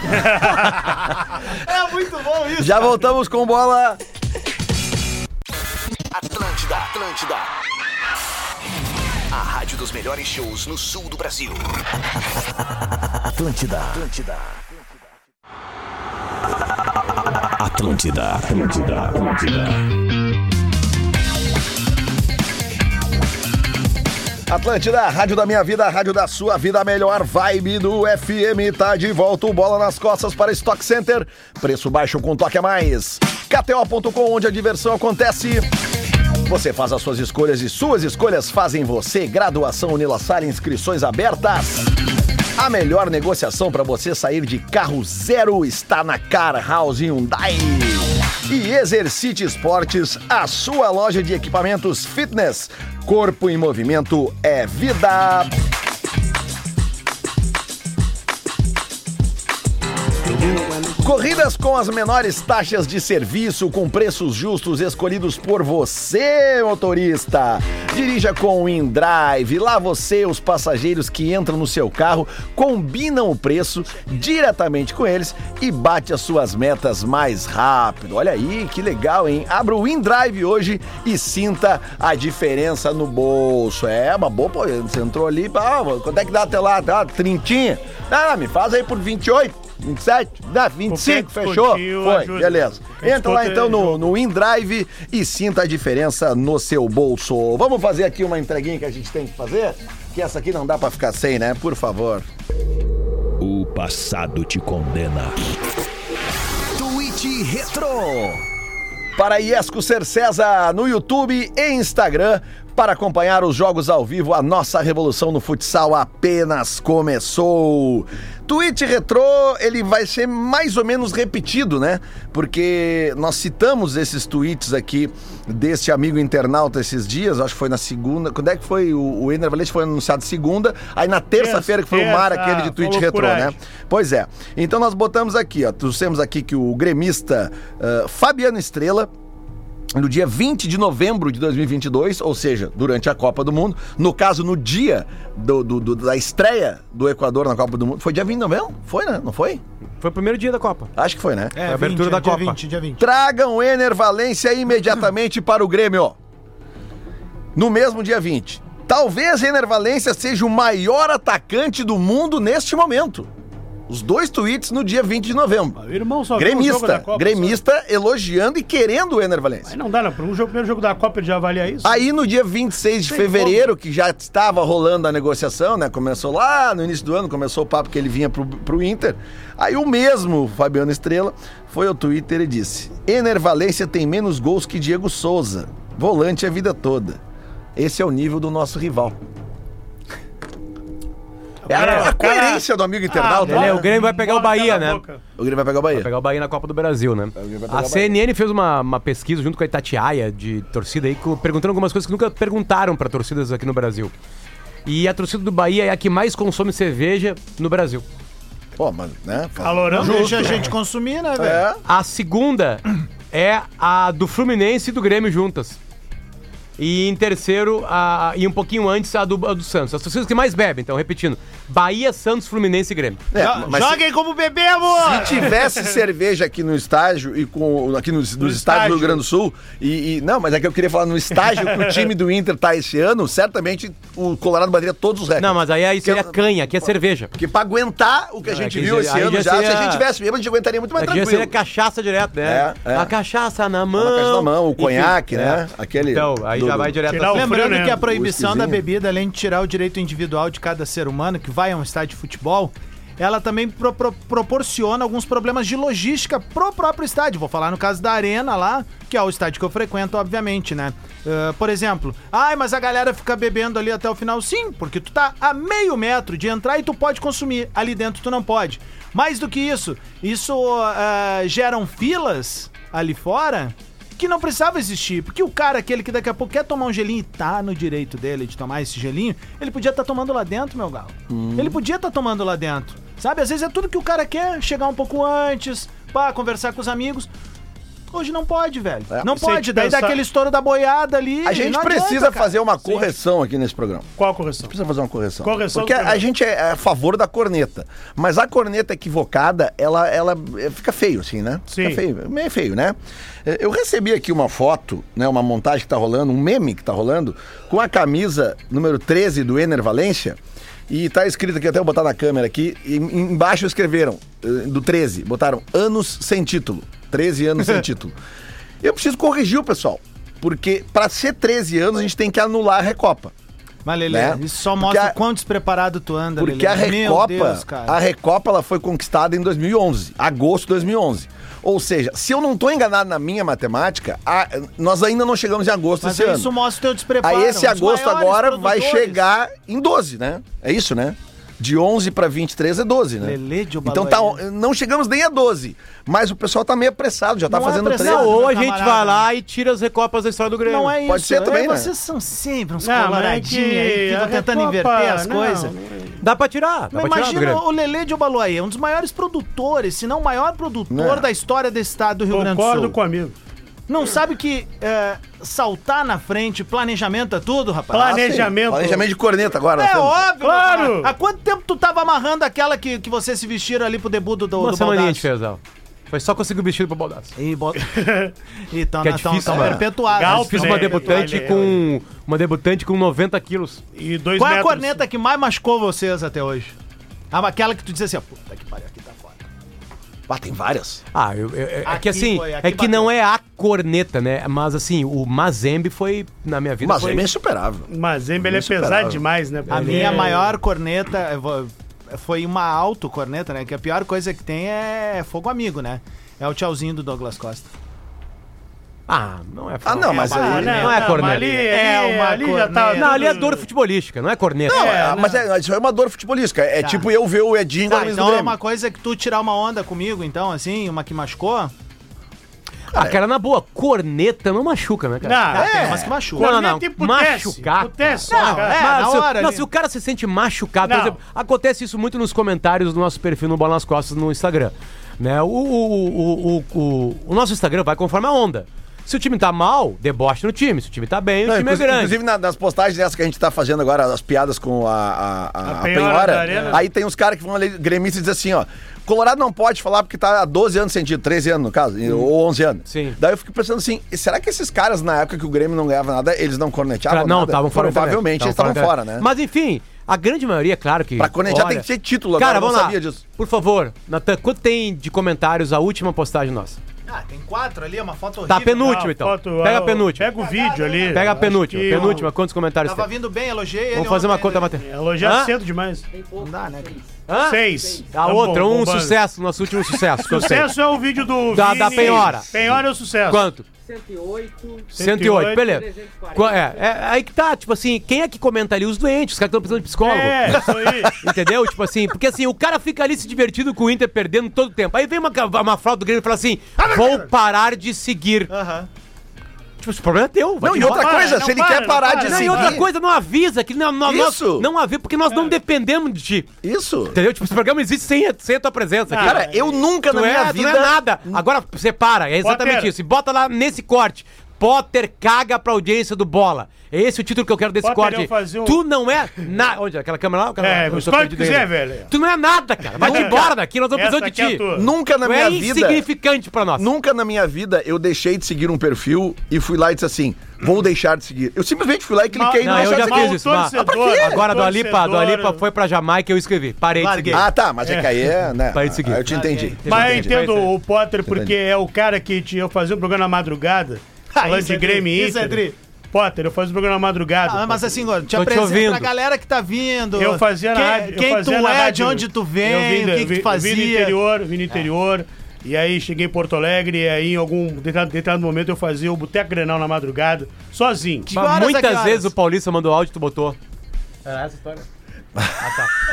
[LAUGHS] é muito bom isso.
Já voltamos com bola.
Atlântida, Atlântida. A rádio dos melhores shows no sul do Brasil. Atlântida, Atlântida. Atlântida, Atlântida, Atlântida.
Atlântida, rádio da minha vida, rádio da sua vida, a melhor vibe do FM, tá de volta o Bola nas Costas para Stock Center, preço baixo com toque a mais, KTO.com, onde a diversão acontece. Você faz as suas escolhas e suas escolhas fazem você. Graduação Unilassar, inscrições abertas. A melhor negociação para você sair de carro zero está na Car House Hyundai. E Exercite Esportes, a sua loja de equipamentos fitness. Corpo em movimento é vida. Corridas com as menores taxas de serviço, com preços justos escolhidos por você, motorista. Dirija com o InDrive. Lá você, os passageiros que entram no seu carro, combinam o preço diretamente com eles e bate as suas metas mais rápido. Olha aí, que legal, hein? Abra o InDrive hoje e sinta a diferença no bolso. É uma boa. pô, Você entrou ali, ah, quanto é que dá até lá? Ah, trintinha? Ah, me faz aí por 28. 27, dá 25,
Qualquer
fechou?
descontinho
Foi,
ajuda.
beleza.
Qualquer
Entra lá então
desconto é
no,
jogo.
no InDrive e sinta a diferença no seu bolso. Vamos fazer aqui uma entreguinha que a gente tem que fazer? Que essa aqui não dá pra ficar sem, né? Por favor.
O passado te condena.
Twitch Retro.
para Iesco Ser César no YouTube e Instagram. Para acompanhar os jogos ao vivo, a nossa revolução no futsal apenas começou. Tweet retrô, ele vai ser mais ou menos repetido, né? Porque nós citamos esses tweets aqui deste amigo internauta esses dias, acho que foi na segunda. Quando é que foi? O, o Ender Valente foi anunciado segunda, aí na terça-feira que foi o mar
Terça, é,
aquele de tweet
falou
retrô, né?
coragem.
Pois é. Então nós botamos aqui, ó, trouxemos aqui que o gremista ah, Fabiano Estrela no dia 20 de novembro de 2022, ou seja, durante a Copa do Mundo, no caso, no dia do- do- do- da estreia do Equador na Copa do Mundo, foi dia 20 de novembro? Foi, né? Não foi?
Foi o primeiro dia da Copa.
Acho que foi, né?
É,
a abertura
20,
da
dia
Copa.
20, dia 20.
Tragam o Ener Valência imediatamente para o Grêmio. No mesmo dia 20. Talvez Ener Valência seja o maior atacante do mundo neste momento. Os dois tweets no dia 20 de novembro.
O irmão só viu o jogo da
Gremista,
Copa,
gremista elogiando e querendo o Ener Valência.
Aí não dá, não. Para um jogo, primeiro jogo da Copa ele já avalia isso.
Aí no dia 26 de fevereiro, que já estava rolando a negociação, né? Começou lá no início do ano, começou o papo que ele vinha pro, pro Inter. Aí o mesmo Fabiano Estrela foi ao Twitter e disse: Ener Valência tem menos gols que Diego Souza. Volante a vida toda. Esse é o nível do nosso rival. É a, a
cara-
coerência do amigo internauta.
Ele é,
né?
o Grêmio vai pegar o
Bola
Bahia,
pela
né?
boca.
O Grêmio vai pegar o Bahia.
Pegar o Bahia na Copa do Brasil, né?
Grêmio vai pegar o
A
Bahia.
CNN fez uma, uma pesquisa junto com a Itatiaia de torcida aí, co- perguntando algumas coisas que nunca perguntaram pra torcidas aqui no Brasil. E a torcida do Bahia é a que mais consome cerveja no Brasil.
Pô, mano, né?
Calorão.
Deixa a gente consumir, né, velho?
É.
A segunda é a do Fluminense e do Grêmio juntas. E em terceiro, a, e um pouquinho antes, a do, a do Santos. As torcidas que mais bebem, então, repetindo: Bahia, Santos, Fluminense e Grêmio.
É,
Jo-
mas se-
Joguem como bebemos!
Se
[LAUGHS]
tivesse cerveja aqui no estágio e com aqui nos, nos estádios do
estágio.
Rio Grande do Sul e, e- não, mas é que eu queria falar no estágio
[LAUGHS]
que o time do Inter tá esse ano, certamente o Colorado bateria todos os recordes.
Não, mas aí, aí seria canha, aqui é cerveja.
porque pra aguentar o que a gente
que
viu
aí
esse
já
ano já, se
seria-
a gente tivesse mesmo, a gente aguentaria muito mais
Aqui já seria
tranquilo.
cachaça direto, né?
É, é.
A cachaça na mão.
Na caixa da mão, o conhaque,
Enfim,
né?
é.
Aquele
Então, aí
do-
já
do-
vai direto
Tirar
assim.
o-
Lembrando
né?
que a proibição da
Whiskyzinho.
bebida, além de tirar o direito individual de cada ser humano que vai a um estádio de futebol, ela também pro- pro- proporciona alguns problemas de logística pro próprio estádio. Vou falar no caso da arena lá, que é o estádio que eu frequento, obviamente, né? Ah, por exemplo, ai, mas a galera fica bebendo ali até o final. Sim, porque tu tá a meio metro de entrar e tu pode consumir. Ali dentro tu não pode. Mais do que isso, isso ah, geram filas ali fora que não precisava existir, porque o cara, aquele que daqui a pouco quer tomar um gelinho e tá no direito dele de tomar esse gelinho, ele podia estar tomando lá dentro, meu galo.
Hum.
Ele podia estar tomando lá dentro. Sabe, às vezes é tudo que o cara quer, chegar um pouco antes, pá, conversar com os amigos. Hoje não pode, velho.
É.
Não
E se a gente
pode, daí
pensar-
dá aquele estouro da boiada ali.
A gente
não adianta,
precisa
cara.
fazer uma correção aqui nesse programa.
Qual a correção?
Precisa fazer uma correção.
Correção
Porque
do
a,
programa.
gente é a favor da corneta. Mas a corneta equivocada, ela, ela eh, fica feio, assim, né? Fica
Sim.
feio. Meio feio, né? Eh, Eu recebi aqui uma foto, né? Uma montagem que tá rolando, um meme que tá rolando, com a camisa número 13 do Ener Valência. E tá escrito aqui, até eu botar na câmera aqui, e em- embaixo escreveram, eh, do 13, botaram anos sem título. 13 anos
[LAUGHS]
sem título. Eu preciso corrigir o pessoal. Porque para ser 13 anos, a gente tem que anular a Recopa.
Mas, Lelê,
Né?
isso só
Porque
mostra
a-
o quão despreparado tu anda,
Porque a
Lelê. Meu
Recopa,
Deus,
a Recopa ela foi conquistada em 2011, agosto de 2011. Ou seja, se eu não estou enganado na minha matemática, a- nós ainda não chegamos em agosto
Mas
esse ano.
isso mostra o teu despreparo.
Aí esse
Os
agosto
maiores
agora vai
produtores.
chegar em 12, né? É isso, né? De 11 para 23 é 12, né?
Lelê de
então tá,
Obaloaiê.
não chegamos nem a 12, mas o pessoal tá meio apressado, já tá
Não é
fazendo
apressado,
13.
assim. Não, ou a
meu
gente
camarada.
vai
né?
lá e tira as recopas da história do Grêmio.
Não é isso.
Pode ser
né?
também, né?
Vocês são sempre uns
Não, mas é
coloradinhos
que
aí,
a
ficam tentando
Recopa,
inverter as
não,
coisas.
não.
Dá pra tirar. Dá
Mas
pra tirar do
imagina
Grêmio.
o Lelê de Obaloaê, um dos maiores produtores, se não o maior produtor
É.
Né?
da história desse estado do Rio Grande do
Concordo
Sul.
com o amigo.
Não sabe que é, saltar na frente, planejamento é tudo, rapaz?
Ah, sim.
Planejamento.
Planejamento de corneta agora. nós
Tá
É
temos.
óbvio,
Claro!
meu camarada. Há quanto tempo tu tava amarrando aquela que, que vocês se vestiram ali pro debut do, do,
Uma
do
semaninha
Baldassi?
de fezal. Foi só conseguir o vestido pro Baldaço.
E
[LAUGHS]
bo... então,
Que é
né, tão- É,
difícil,
tão
né?
perpetuadas.
Galp,
Fiz
né?
uma debutante
Olha,
com. Uma debutante com 90 quilos.
E dois
Qual é a
metros.
corneta que mais machucou vocês até hoje? Ah, mas Aquela que tu dizia assim, ó, puta que pariu, aqui tá foda.
Ah, tem várias.
Ah, eu, eu- é
Aqui
que assim,
foi, aqui
é que não
bateu.
é a corneta, né? Mas assim, o Mazembe foi, na minha vida,
Mas
foi
é bem superável.
Mas Zembe, ele é
Insuperável.
pesado demais, né?
A
Ele
minha
é-
maior corneta eu vou- foi uma autocorneta, né? Que a pior coisa que tem é fogo amigo, né? É o tchauzinho do Douglas Costa.
Ah, não é
Ah, não, mas
é,
aí-
né?
não,
Ah,
é
não,
corneta.
mas ali-
é
ali-
uma
ali já
corneta.
tá
Não, ali é
tudo-
dor futebolística, não Tá. é corneta.
Não,
É,
é, mas é- isso é uma dor futebolística. É tipo eu ver o Edinho com a
Tá,
camisa
então
do
é
Grêmio.
uma coisa que tu tirar uma onda comigo, então, assim, uma que machucou.
Ah, cara, na boa, corneta não machuca, né, cara?
Não, é
Ah,
é.
tem umas que machucam.
Não, não, não.
corneta
tipo
emputece,
Machucar.
emputece,
cara.
Não, cara.
é,
Mas
na
se,
hora
não,
ali.
se o cara se sente machucado,
Não.
por exemplo, acontece isso muito nos comentários do nosso perfil no Bola nas Costas no Instagram. Né? O, o, o, o, o- o nosso Instagram vai conforme a onda. Se o time tá mal, deboche no time. Se o time tá bem, o
Não,
time é
inclusive,
grande.
inclusive na- nas postagens dessas que a gente tá fazendo agora, as piadas com a, a, a-
A
a
penhora
penhora,
da arena.
aí tem uns caras que vão ali, gremistas e dizem assim, ó, Colorado não pode falar porque tá há 12 anos sem título, 13 anos no caso, ou 11 anos.
Hum. Sim.
Daí eu fico pensando assim, será que esses caras na época que o Grêmio não ganhava nada, eles não corneteavam
Pra- não,
nada?
estavam fora da
Provavelmente
internet.
eles estavam
da
fora, né?
internet. Mas enfim, a grande maioria, claro que.
Pra cornetear tem que ser título agora,
Cara,
eu não
vamos lá.
sabia disso.
Por favor, Natan, quanto tem de comentários a última postagem nossa?
Ah, tem quatro ali, uma foto horrível.
Tá a penúltima,
Não,
então.
foto-
pega a
ah,
penúltima.
Pega o vídeo ali.
Pega a penúltima.
Acho que-
Penúltima, quantos comentários
tá? Tava
tem?
vindo bem, elogiei ele.
Vamos fazer uma
ontem,
conta,
né?
Matheus.
Elogiar
Hã?
cedo demais.
Não dá, né? cara?
Hã?
Seis.
A
Tá
outra,
bom,
um
bombando.
sucesso, nosso último sucesso. que eu sei.
Sucesso é o vídeo do
Da- da penhora.
Penhora é o sucesso.
Quanto? 108. 108, beleza.
340.
Qua- É, é, aí que tá, tipo assim, quem é que comenta ali? Os doentes, os caras que estão precisando de psicólogo.
É, isso aí.
[LAUGHS] Entendeu? Tipo assim, porque assim, o cara fica ali se divertindo com o Inter perdendo todo o tempo. Aí vem uma, ca- uma fraude do Grêmio e fala assim:
Ah,
vou parar de seguir.
Aham.
Tipo, esse problema é teu. vai
Não, e
embora.
outra
Para,
coisa,
não
se ele
para,
quer
não
parar
para.
de
Não, e
seguir...
outra coisa, não avisa que não, não, nós-
Isso.
não avisa, porque
É.
nós não dependemos de ti.
Isso.
Entendeu? Tipo, esse programa existe sem, a- sem a tua presença
Ah,
aqui.
Cara, eu nunca na
Não é,
minha
tu
vida...
não é nada. Agora separa, é exatamente
Potter.
isso. E bota lá nesse corte. Potter caga pra audiência do bola. É esse o título que eu quero desse
Potter, eu
corte.
fazer um-
Tu não é nada. Onde? é? Aquela câmera lá? Aquela
É,
Eu tô
escolhe o que
perdido ainda.
quiser, velho.
Tu não é nada, cara. Vai
Nunca.
embora daqui, nós não
Essa
precisamos de
aqui é a
ti.
tua.
Nunca na
Tu
minha
é
vida...
insignificante pra nós.
Nunca na minha vida eu deixei de seguir um perfil e fui lá e disse assim, vou deixar de seguir. Eu simplesmente fui lá e cliquei
Uhum. Não,
no
eu
deixar
já
de
mal
é
fiz
seguir.
isso.
todo
vá.
torcedor,
Agora do
todo
Alipa, do Alipa
torcedor.
foi pra Jamaica e eu escrevi. Parei de seguir.
Larguei.
Ah, tá, mas é, que aí
[LAUGHS]
é, né?
Pra ele seguir.
Aí eu te entendi.
Mas eu
Entendi.
entendo
Vai,
o Potter porque é o cara que tinha, eu fazia um programa na
[LAUGHS]
madrugada, falando
isso
de
é
Grêmio
tri,
e
isso é
Inter.
tri.
Potter, eu fazia um programa na madrugada.
Ah, mas
Potter.
assim, agora, te
Tô te
apresenta
ouvindo.
pra galera que tá vindo.
eu fazia na
quem,
rádio. eu
Quem
fazia
tu
na
é, de
rádio.
onde tu
Eu
vem,
vim da-
o que, que
vi-
tu
Eu vim no
fazia.
interior, vim no interior. E aí cheguei em Porto Alegre e aí em algum determinado, determinado momento eu fazia o Boteco Grenal na madrugada, sozinho.
Que horas é que
Muitas
horas?
vezes o Paulista mandou áudio e tu botou. Era essa história?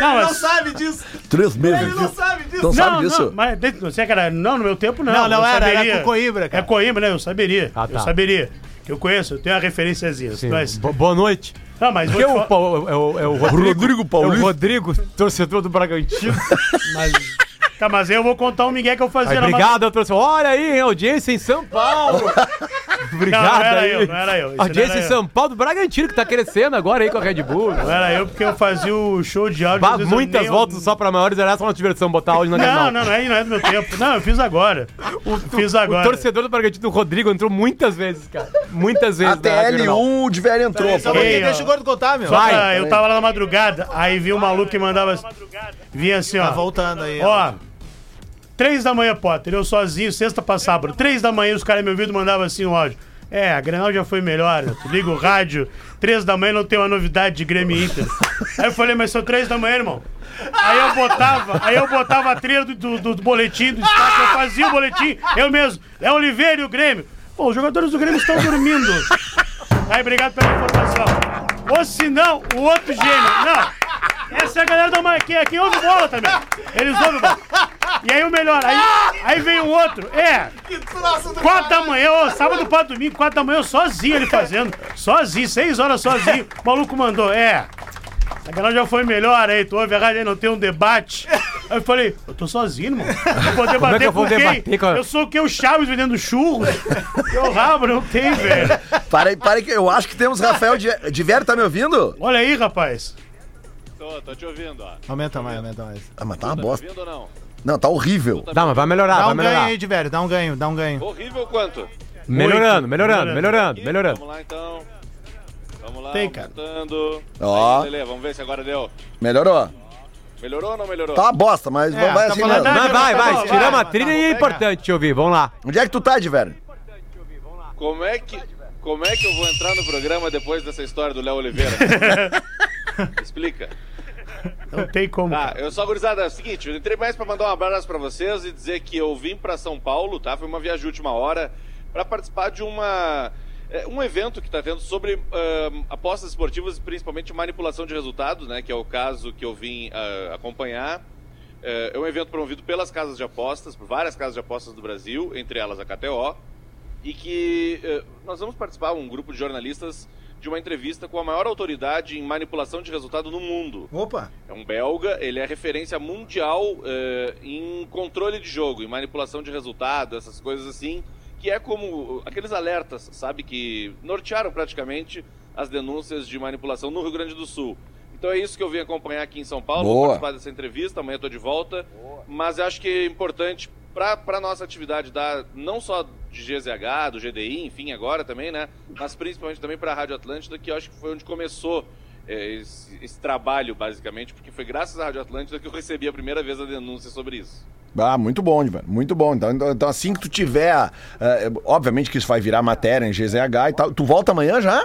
Não,
Ele não sabe disso.
Três meses.
Ele não sabe disso.
Não sabe disso?
Não, mas de- não sei que era. Não, no meu tempo não.
Não, não
Eu
era, era
saberia.
com Coimbra, cara.
É Coimbra, né? Eu saberia.
Ah, tá.
Eu saberia. Que eu conheço, eu tenho a referenciazinha.
Sim.
Mas,
Bo- Boa noite.
não, mas
Porque
vou te
o,
falar-
Pau- é o, é o Rodrigo,
Rodrigo Paulista.
É o Rodrigo, torcedor do Bragantino.
Tipo mas, tá, mas eu vou contar um migué que eu fazia
Aí, obrigado, eu trouxe. Olha aí, hein, audiência em São Paulo.
[LAUGHS] Não,
obrigado
não era
aí.
eu, não era eu. Isso não
audiência
era
em
eu.
São Paulo do Bragantino, que tá crescendo agora aí com a Red Bull.
Não era eu porque eu fazia o show de áudio.
Bah,
às vezes eu
muitas
nem-
voltas só pra maiores, era só uma diversão botar áudio na
Não,
canal.
não, não é, não é do meu tempo. Não, eu fiz agora. fiz
O
agora.
torcedor do Bragantino, o Rodrigo, entrou muitas vezes, cara. Muitas vezes.
A
na Grenal.
TL1 o de velho entrou.
Só
pô.
porque
Ei, ó.
deixa o gordo contar, meu.
Vai.
Ah, eu tava lá na madrugada, aí vi um maluco que mandava. Vinha assim,
Tá
ó.
voltando aí.
Ó, três da manhã, Potter, eu sozinho, sexta pra sábado. Três da manhã, os caras me ouvindo mandavam assim o áudio. É, a Grenal já foi melhor. né? Tu liga o rádio, três da manhã não tem uma novidade de Grêmio e Inter. Aí eu falei, mas são três da manhã, irmão. Aí eu botava, aí eu botava a trilha do, do, do boletim, do destaque, eu fazia o boletim, eu mesmo. É Oliveira e o Grêmio. Pô, os jogadores do Grêmio estão dormindo. Aí, obrigado pela informação. Ou se não, o outro gênio. Não. Essa é a galera da Marquinha aqui, ouve bola também. Eles ouvem bola. E aí o melhor, aí, aí vem o outro. É,
Que troço do
quatro da manhã, ó, sábado pra domingo, quatro da manhã, eu sozinho ele fazendo. Sozinho, seis horas sozinho. O maluco mandou, é. A galera já foi melhor aí, tu ouve a rádio aí, não tem um debate. Aí eu falei, eu tô sozinho, irmão. Eu vou debater
é que eu vou
com quem?
debater com a-
Eu sou o que? O Chaves vendendo churros? Eu rabo, não tem, velho.
Para aí, para aí, que eu acho que temos Rafael de, de Velho, tá me ouvindo?
Olha aí, rapaz.
Tô, tô te ouvindo, ó.
Aumenta mais, aumenta mais.
Ah, mas tá uma
Tá
bosta.
me ouvindo ou não?
Não, tá horrível.
Dá, mas vai
Ah,
melhorar,
Dá
vai
um ganho
melhorar.
aí de velho, dá um ganho, dá um ganho.
Horrível quanto?
Melhorando,
Melhorando.
melhorando, melhorando, melhorando.
Vamos lá então. Vamos lá,
Tem, cara.
aumentando.
Ó.
Aí, Lelê, vamos ver se agora deu.
Melhorou.
Melhorou ou não melhorou?
Tá uma bosta, mas
É,
vai
tá
assim
falando-
mesmo.
Mas vai, vai,
Vai,
tiramos a
vai,
trilha
vai,
e é
vai,
importante te ouvir, vamos lá.
Onde é que tu tá, de velho?
Como é que. Como é que eu vou entrar no programa depois dessa história do Léo Oliveira? Explica.
Não tem como.
Tá,
cara.
eu só, gurizada, é o seguinte, eu entrei mais pra mandar um abraço pra vocês e dizer que eu vim pra São Paulo, tá? Foi uma viagem de última hora. para participar de uma é, um evento que está tendo sobre ahm, apostas esportivas, principalmente manipulação de resultados, né? Que é o caso que eu vim ah, acompanhar. É, é um evento promovido pelas casas de apostas, por várias casas de apostas do Brasil, entre elas a KTO, e que eh, nós vamos participar, um grupo de jornalistas, de uma entrevista com a maior autoridade em manipulação de resultado no mundo.
Opa!
É um belga, ele é referência mundial eh, em controle de jogo, em manipulação de resultado, essas coisas assim, que é como aqueles alertas, sabe, que nortearam praticamente as denúncias de manipulação no Rio Grande do Sul. Então é isso que eu vim acompanhar aqui em São Paulo, vou
Boa.
participar dessa entrevista, amanhã estou de volta, mas eu acho que é importante para a nossa atividade da não só de GZH, do GDI, enfim, agora também, né, mas principalmente também para a Rádio Atlântida, que eu acho que foi onde começou é, esse, esse trabalho, basicamente, porque foi graças à Rádio Atlântida que eu recebi a primeira vez a denúncia sobre isso.
Ah, muito bom, velho. Muito bom. Então, então, então, assim que tu tiver. eh, obviamente que isso vai virar matéria em GZH e tal. Tu volta amanhã já?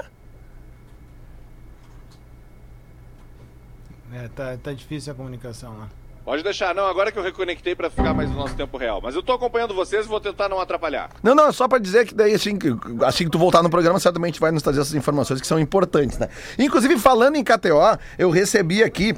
É, tá, tá difícil a comunicação né? lá.
Pode deixar, não, agora que eu reconectei para ficar mais no nosso tempo real. Mas eu tô acompanhando vocês e vou tentar não atrapalhar.
Não, não, é só pra dizer que daí, assim que, assim que tu voltar no programa, certamente vai nos trazer essas informações que são importantes, né? Inclusive, falando em KTO, eu recebi aqui.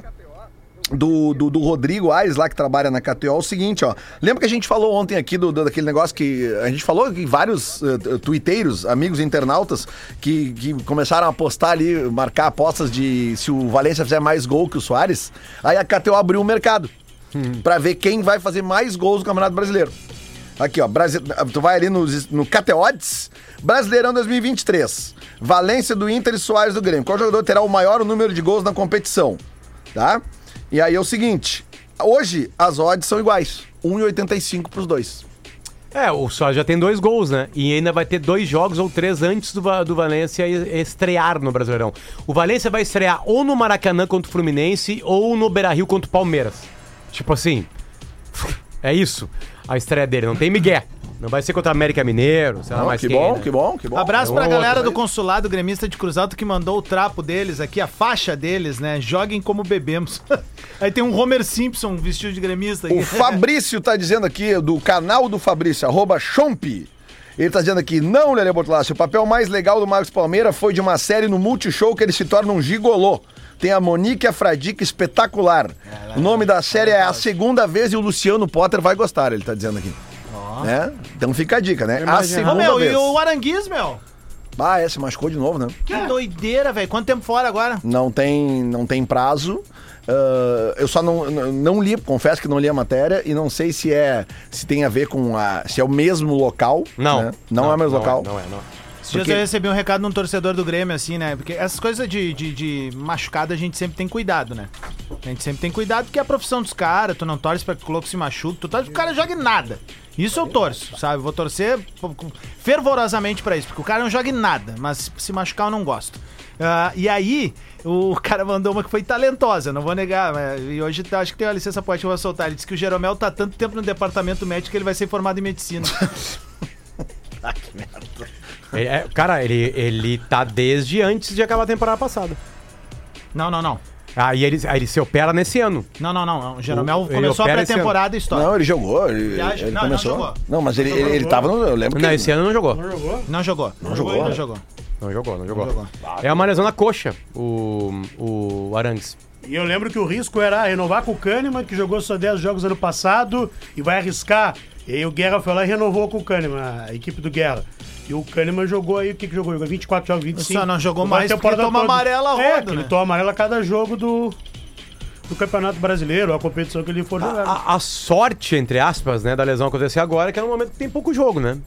Do, do, do Rodrigo Aires, lá que trabalha na KTO, o seguinte, ó. Lembra que a gente falou ontem aqui do, do- daquele negócio que. A gente falou que vários eh, tuiteiros, amigos internautas, que, que começaram a apostar ali, marcar apostas de se o Valência fizer mais gol que o Soares. Aí a KTO abriu o mercado pra ver quem vai fazer mais gols no Campeonato Brasileiro. Aqui, ó. Brasi... Tu vai ali nos, no Cateodes. Brasileirão 2023. Valência do Inter e Soares do Grêmio. Qual jogador terá o maior número de gols na competição? Tá? E aí é o seguinte. Hoje, as odds são iguais. 1,85 pros dois.
É, o Soares já tem dois gols, né? E ainda vai ter dois jogos ou três antes do, Va- do Valência e- estrear no Brasileirão. O Valência vai estrear ou no Maracanã contra o Fluminense ou no Beira-Rio contra o Palmeiras. Tipo assim, [LAUGHS] é isso a estreia dele. Não tem migué. Não vai ser contra o América Mineiro, sei lá
Não,
mais
que
quem,
bom,
né?
que bom, que bom.
Abraço pra
Outra,
galera do
né?
consulado gremista de Cruz Alto que mandou o trapo deles aqui, a faixa deles, né? Joguem como bebemos. [LAUGHS] Aí tem um Homer Simpson vestido de gremista aqui.
O Fabrício tá dizendo aqui, do canal do Fabrício, arroba Chomp. Ele tá dizendo aqui, não, Lele Bortolassi, o papel mais legal do Marcos Palmeira foi de uma série no Multishow que ele se torna um gigolô. Tem a Monique e a Fradique espetacular. O nome da série é A Segunda Vez e o Luciano Potter vai gostar, ele tá dizendo aqui. Né? Então fica a dica, né? A
[LAUGHS] Ô,
segunda
meu,
vez.
e o Aranguiz, meu?
Ah, é, se machucou de novo, né?
Que doideira, velho. Quanto tempo fora agora?
Não tem, não tem prazo. Ah, eu só não, não- não li, confesso que não li a matéria e não sei se é se tem a ver com a se é o mesmo local.
Não,
né? não, é o mesmo local.
Não é, não é.
Esses dias
Porque-
eu recebi um recado de um torcedor do Grêmio, assim, né? Porque essas coisas de, de, de machucado a gente sempre tem cuidado, né? A gente sempre tem cuidado porque é a profissão dos caras, tu não torce pra que o louco se machuque, tu torce pro cara jogue nada. Isso eu torço, sabe? Vou torcer po- com- fervorosamente pra isso, porque o cara não joga em nada, mas se machucar eu não gosto. Ah, e aí, o [LAUGHS] cara mandou uma que foi talentosa, não vou negar. mas- E hoje tá- acho que tem uma licença poética, eu vou soltar. Ele disse que o Jeromel tá tanto tempo no departamento médico que ele vai ser formado em medicina.
Ele é- Cara, ele, ele tá desde antes de acabar a temporada passada.
não, não, não.
Aí ele, aí ele se opera nesse ano.
Não, não, não. não. O Jeromel
Ele
começou a
opera esse
pré-temporada e história.
Não,
Tá.
ele jogou, ele,
Viagem-
ele
não, ele não
começou. Não,
jogou.
mas ele, ele, ele tava no. Eu lembro
Não,
que
esse é ano não jogou.
Não jogou?
Não jogou. Não
jogou,
Não
né?
jogou.
Não jogou, não jogou. É uma lesão na coxa, o, o Arangues.
E eu lembro que o risco era renovar com o Kahneman, que jogou só 10 jogos ano passado, e vai arriscar. E aí o Guerra foi lá e renovou com o Kahneman, a equipe do Guerra. E o Kahneman jogou aí, o que, que jogou? Jogou 24 jogos, 25.
Só não
Jogou
jogou
a
mais porque
temporada
toma amarela a
É,
roda,
que ele
né?
toma amarela a cada jogo do, do Campeonato Brasileiro, a competição que ele
Ah,
for
Ah,
jogar.
A, a sorte, entre aspas, né, da lesão acontecer agora, é que é no momento que tem pouco jogo, né?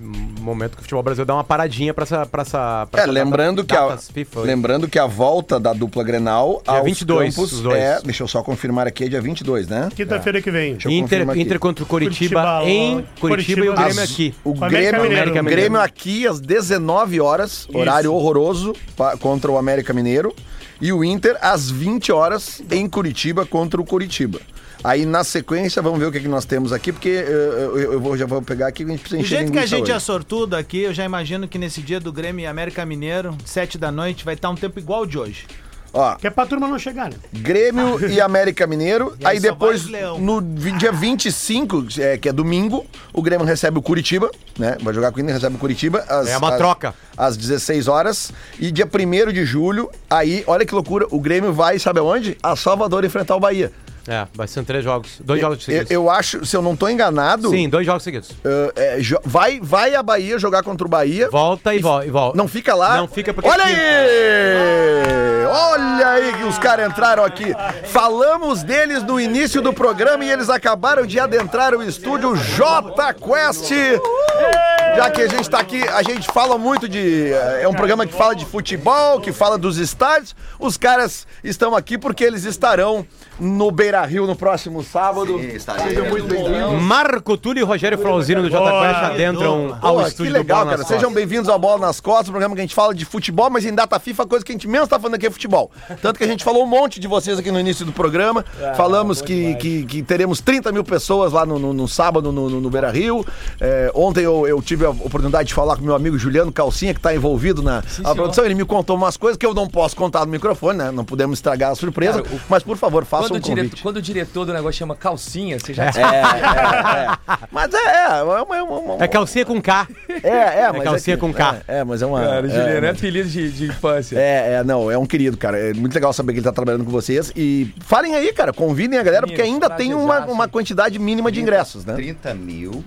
Um Momento que o futebol brasileiro dá uma paradinha pra essa. Pra essa pra
É,
essa
lembrando
data-
que, a,
datas FIFA.
lembrando que a volta da dupla Grenal aos
22, os
campos
dois.
é, deixa eu só confirmar aqui, é dia 22, né?
Quinta-feira que vem.
eu confirmar
Inter,
aqui.
Inter contra o Curitiba,
Curitiba,
em
ó,
Curitiba, e
Curitiba.
o Grêmio
As-
aqui.
O
Com a América
Grêmio,
Mineiro.
o Grêmio aqui às 19 horas, horário horroroso pa- contra o América Mineiro. E o Inter às 20 horas em Curitiba contra o Curitiba. Aí na sequência, vamos ver o que, que nós temos aqui, porque eh, eu, eu vou, já vou pegar aqui e a gente precisa
Do
encher
jeito que a
linguiça
gente é
hoje.
sortudo aqui, eu já imagino que nesse dia do Grêmio e América Mineiro, sete da noite, vai estar um tempo igual ao de hoje.
Ó,
Que é pra turma não chegar, né?
Ah.
Grêmio e América
[LAUGHS]
Mineiro.
aí
aí
só
depois,
vai Leão.
no vi- dia 25, é, que é domingo, o Grêmio recebe o Curitiba, né? Vai jogar com o Inter, recebe o Curitiba. às-
É uma
às-
troca.
Às 16 horas. E dia 1 de julho, aí, olha que loucura, o Grêmio vai, sabe aonde? A Salvador enfrentar o Bahia.
É, vai ser três jogos. Dois jogos
Eu,
seguidos.
eu acho, se eu não tô enganado.
Sim, dois jogos seguidos.
Uh, é, jo- vai, vai a Bahia jogar contra o Bahia.
Volta e volta. E volta.
Não fica lá.
Não fica porque
Olha
é quinta.
aí! Olha aí que os caras entraram aqui. Falamos deles no início do programa e eles acabaram de adentrar o estúdio J Quest. Já que a gente tá aqui, a gente fala muito de. eh, É um programa que fala de futebol, que fala dos estádios. Os caras estão aqui porque eles estarão no Beira Rio no próximo sábado. Sejam muito bem-vindos.
Marco Túlio e Rogério Flauzino do Jota Quest adentram ao
Pô,
Ah, estúdio
que legal,
do Bola
cara.
nas
Sejam
Costas.
bem-vindos ao Bola nas Costas, um programa que a gente fala de futebol, mas em data FIFA a coisa que a gente menos tá falando aqui é futebol. Tanto que a gente falou um monte de vocês aqui no início do programa. Falamos que, que, que teremos 30 mil pessoas lá no, no- no sábado no, no- no Beira Rio. É, ontem eu, eu tive a oportunidade de falar com meu amigo Juliano Calcinha, que tá envolvido na a produção. Ele me contou umas coisas que eu não posso contar no microfone, né? Não podemos estragar a surpresa.
Cara, o-
Mas, por favor, faça
Quando
um
o, diretor,
convite. É.
quando o diretor do negócio chama calcinha, você já
Mas é, é, é uma- é uma-
É calcinha com K.
É, é, mas
calcinha
que-
com K.
É, é, mas é uma.
Cara,
é,
Juliano, é apelido de, de infância.
É, é, não, é um querido, cara. É muito legal saber que ele tá trabalhando com vocês. E falem aí, cara, convidem a galera, porque
Meninos,
ainda tem uma,
prazerzaço.
uma quantidade mínima de ingressos, né?
30 mil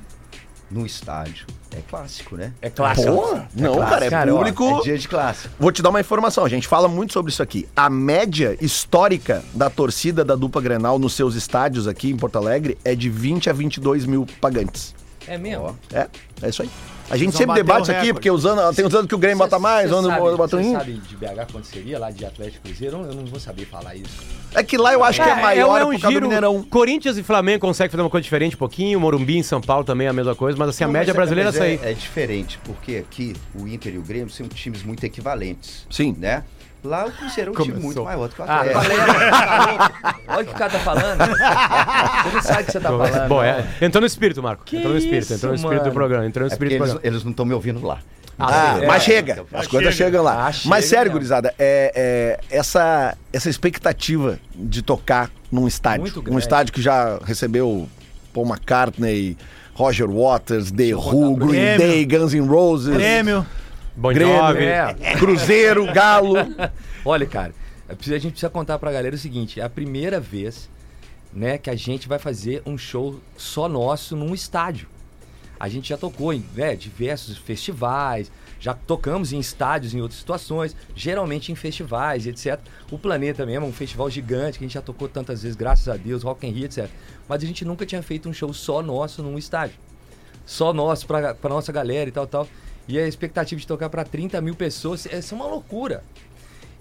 no estádio. É clássico, né?
É clássico.
Pô, não, cara, é
Cara, ó,
público.
É dia de clássico.
Vou te dar uma informação, a gente fala muito sobre isso aqui. A média histórica da torcida da dupla Grenal nos seus estádios aqui em Porto Alegre é de 20 a 22 mil pagantes.
É mesmo?
É, é isso aí. A gente
Vocês
sempre
vão bater
debate
o
isso aqui,
recorde.
porque os anos, tem uns anos que o Grêmio bota mais,
Você
anos
sabe,
bota
você
um.
sabe de BH quando seria lá de Atlético Cruzeiro? Eu não- eu não vou saber falar isso.
É que lá eu acho que é maior
é
por
um
causa do
giro.
Mineirão.
Corinthians e Flamengo conseguem fazer uma coisa diferente um pouquinho. Morumbi em São Paulo também é a mesma coisa, mas assim, a
Não,
média
mas é-
brasileira é
mas
essa
tá
aí.
É, é diferente, porque aqui o Inter e o Grêmio são times muito equivalentes.
Sim.
Né? Lá o Cruzeiro é um time muito maior do que o
Ah,
Atlético. É,
galera, tá louco? Olha o que o cara tá falando. Você não sabe o que você tá falando.
Bom,
não.
é, entrou no espírito, Marco.
Que
entrou no espírito,
isso,
entrou no espírito do
mano.
programa, entrou no
É
espírito
porque
do
eles,
programa.
eles não estão me ouvindo lá.
Ah,
é.
então
mas chega. As coisas
chega.
chegam lá.
Ah,
mas
chega,
sério,
né?
gurizada, é, é, essa, essa expectativa de tocar num
Muito
estádio. Um
grande.
estádio que já recebeu Paul McCartney, Roger Waters, The Who, Green
Grêmio.
Day, Guns N' Roses,
Prêmio.
Bon Jovi.
Grêmio,
é.
Cruzeiro, Galo.
né? Olha, cara, é preciso- a gente precisa contar pra galera o seguinte: é a primeira vez né, que a gente vai fazer um show só nosso num estádio. A gente já tocou em né, diversos festivais, já tocamos em estádios em outras situações, geralmente em festivais, etc. O Planeta mesmo é um festival gigante que a gente já tocou tantas vezes, graças a Deus, Rock in Rio, etc. Mas a gente nunca tinha feito um show só nosso num estádio só nosso, pra, pra nossa galera e tal, tal. E a expectativa de tocar pra 30 mil pessoas, essa é uma loucura.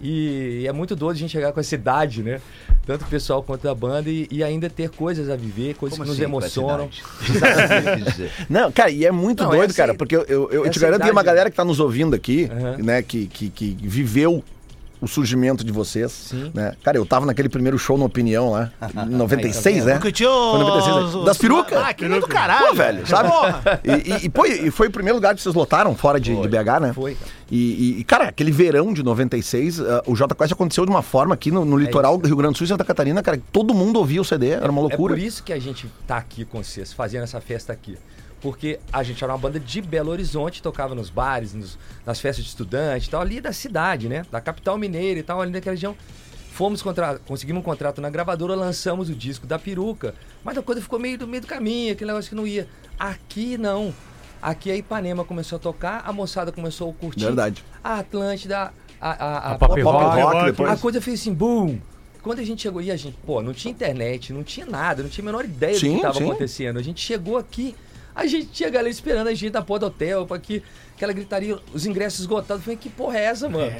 E, é muito doido a gente chegar com essa idade, né? Tanto o pessoal quanto a banda, e, e ainda ter coisas a viver, coisas
Como
que nos
assim, com essa
emocionam.
idade? Você sabe o que eu quis dizer.
Não, cara, e é muito
Não,
doido,
essa
cara,
é-
porque eu, eu, eu te
essa
garanto que uma
idade- né?
galera que tá nos ouvindo aqui,
Aham.
né, que, que, que viveu o surgimento de vocês,
Sim. tá
né? Cara, eu tava naquele primeiro show no Opinião
[LAUGHS]
lá, em 96, né?
Curtiu
Foi 96,
os-
né?
os-
Das perucas.
Ah, que do caralho.
Pô, velho, sabe? E, e- e, pô, e foi o primeiro lugar que vocês lotaram fora de, de BH, né?
Foi, cara.
E, e- e, cara, aquele verão de 96, ah, o Jota Quest aconteceu de uma forma aqui no, no litoral do Rio Grande do Sul e Santa Catarina, cara, que todo mundo ouvia o CD, era uma loucura.
É É por isso que a gente tá aqui com vocês, fazendo essa festa aqui. Porque a gente era uma banda de Belo Horizonte, tocava nos bares, nos- nas festas de estudante e tal, ali da cidade, né? Da capital mineira e tal, ali daquela região. Fomos contra... conseguimos um contrato na gravadora, lançamos o disco da peruca, mas a coisa ficou meio do meio do caminho, aquele negócio que não ia. Aqui não. Aqui a Ipanema começou a tocar, a moçada começou a curtir.
Verdade.
A Atlântida, a, a, a,
A
Pop
pop rock.
rock,
rock,
depois.
a coisa fez assim, boom. Quando a gente chegou, e a gente, pô, não tinha internet, não tinha nada, não tinha a menor ideia do
Sim,
que estava
sim.
acontecendo. A gente chegou aqui, a gente tinha a galera esperando a gente na porta do hotel, pra que aquela gritaria, os ingressos esgotados. Eu Falei, que porra é essa, mano?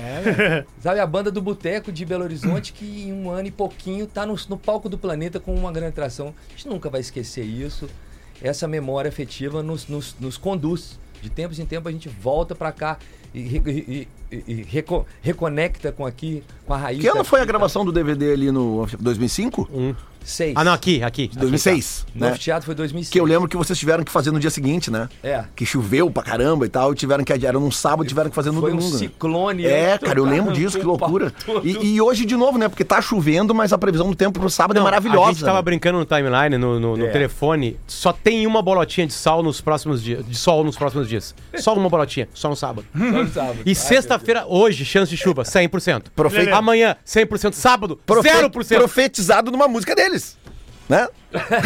Sabe, a banda do Boteco de Belo Horizonte, que em um ano e pouquinho tá no, no palco do planeta com uma grande atração. A gente nunca vai esquecer isso. Essa memória afetiva nos, nos, nos conduz. De tempos em tempos a gente volta pra cá e, re- e- e- e reco- reconecta com aqui, com a raiz.
Que ano
daqui
foi a
e tal. Hum,
gravação do DVD ali no 2005?
Seis.
Ah, não, aqui, aqui.
2006.
Aqui, tá. Novo Teatro foi 2006.
né? Que eu lembro que vocês tiveram que fazer no dia seguinte, né?
É.
Que choveu pra caramba e tal, e tiveram que adiar. Era num sábado, tiveram que fazer no
Foi um
domingo. né?
ciclone,
É,
né?
cara, eu
[LAUGHS]
lembro disso, que loucura. E, e hoje de novo, né? Porque tá chovendo, mas a previsão do tempo pro sábado é maravilhosa.
A gente tava
né?
brincando no timeline, no, no- no
É.
telefone. Só tem uma bolotinha de sol nos próximos dias. De sol nos próximos dias. Só uma bolotinha, só no sábado.
Só no sábado.
E sexta-feira, hoje, chance de chuva, 100%.
Profe- Lelê.
Amanhã, 100%. Sábado,
Profe-
0%.
Profetizado numa música deles.
[LAUGHS]
Né?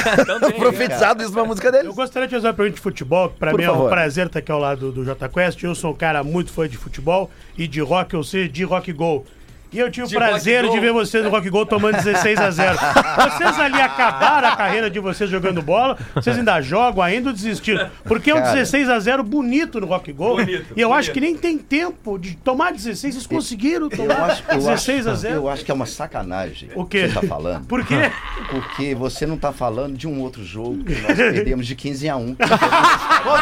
[LAUGHS] Profetizado isso numa música deles.
Eu gostaria de fazer uma pergunta de futebol, que pra
Por
mim é um
favor.
prazer estar aqui ao lado do Jota Quest. Eu sou um cara muito fã de futebol e de rock, eu sei de rock gol. E eu tive o
De
prazer
rock
de
gol.
ver vocês no Rock Gol tomando 16 a
[LAUGHS]
0 Vocês ali acabaram a carreira de vocês jogando bola, vocês ainda jogam, ainda ou desistiram. Porque é um
Cara.
16 a 0 bonito no Rock Gol. e eu acho que nem tem tempo de tomar 16, vocês conseguiram
Eu
tomar
acho, eu
16
acho,
é? a 0
Eu acho que é uma sacanagem
O quê?
que você tá falando.
Por quê?
Porque você não tá falando de um outro jogo que nós perdemos de 15 a 1.
Pô,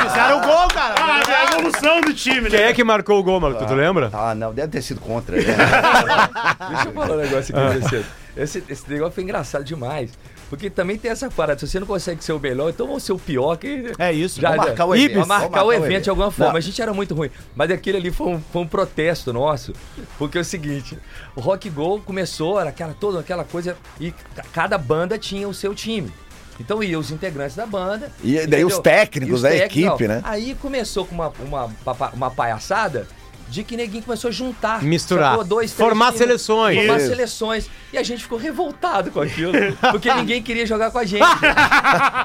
fizeram o gol, cara.
Ah, é a evolução do time, né?
Quem é que marcou o gol, Maluco? Tu lembra?
Ah, não, deve ter sido contra.
[LAUGHS]
Né?
Deixa eu falar um negócio aqui pra você. Esse, esse negócio foi engraçado demais. Porque também tem essa parada, se você não consegue ser o melhor, então vamos ser o pior que.
É isso,
já,
vamos
já-
marcar o
Ibis,
evento,
vamos marcar, o evento, de alguma forma.
Não.
A gente era muito ruim. Mas aquele ali foi um, foi um protesto nosso. Porque é o seguinte: o Rock Go começou, era aquela, toda aquela coisa, e ca- cada banda tinha o seu time. Então ia os integrantes da banda.
E daí os técnicos,
da
né, equipe, né?
Aí começou com uma, uma, papa- uma palhaçada de que neguinho começou a juntar.
Misturar.
Sacou? Dois, três
Formar
times,
seleções.
Formar
Isso.
seleções. E a gente ficou revoltado com aquilo.
[LAUGHS]
Porque ninguém queria jogar com a gente.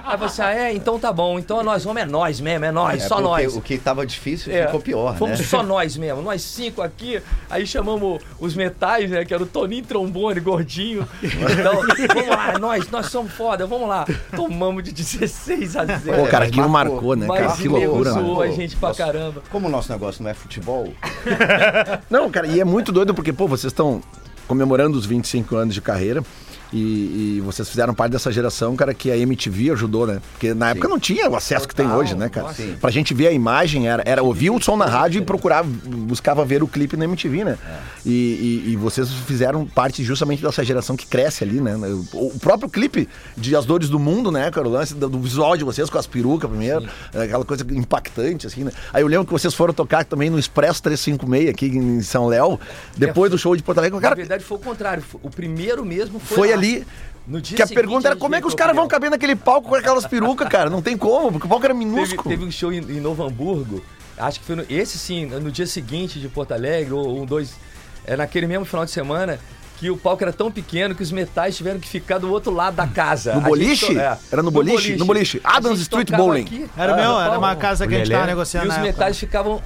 Aí você, ah, é, então tá bom. Então nós vamos, é nós mesmo, é nós,
É,
só
porque
nós.
O que tava difícil
É,
ficou pior, né?
Fomos só nós mesmo, nós cinco aqui. Aí chamamos os metais, né? Que era o Toninho Trombone, gordinho. Então, vamos lá, nós, nós somos foda, vamos lá. Tomamos de 16 a 0.
Pô, cara, aquilo marcou, né, cara?
Mas
Que
nego
loucura,
zoou
mano.
a gente pra caramba.
Como o nosso negócio não é futebol,
Não, cara, e é muito doido porque, pô, vocês estão comemorando os 25 anos de carreira e, e vocês fizeram parte dessa geração, cara, que a MTV ajudou, né? Porque na época não tinha o acesso que tem hoje, né, cara?
nossa. Sim.
Pra gente ver a imagem, era, era ouvir o som na rádio e procurar, buscava ver o clipe na MTV, né? E, e- e vocês fizeram parte justamente dessa geração que cresce ali, né? O, o próprio clipe de As Dores do Mundo, né, cara? O lance do, do visual de vocês com as perucas primeiro, é, aquela coisa impactante, assim, né? Aí eu lembro que vocês foram tocar também no Expresso 356 aqui em São Léo, depois do show de Porto Alegre.
Na
Cara,
verdade, foi o contrário. foi- O primeiro mesmo foi.
foi
lá.
ali.
No dia
que a
seguinte,
pergunta era
gente
como é que
veio
os caras
pro
vão caber naquele palco com aquelas perucas, cara? Não tem como, porque o palco era
Teve,
minúsculo.
teve um show em, em Novo Hamburgo, acho que foi no, esse sim, no dia seguinte de Porto Alegre, ou um, dois, é, naquele mesmo final de semana, que o palco era tão pequeno que os metais tiveram que ficar do outro lado da casa.
Hum. No
A gente é.
boliche? Era no boliche? No boliche.
A
Adams
gente
Street
tocava
Bowling.
aqui,
Era
ah,
meu,
no
era
palco.
uma casa assim, né? que a gente tava Lelé. negociando
E os
na época.
metais ficavam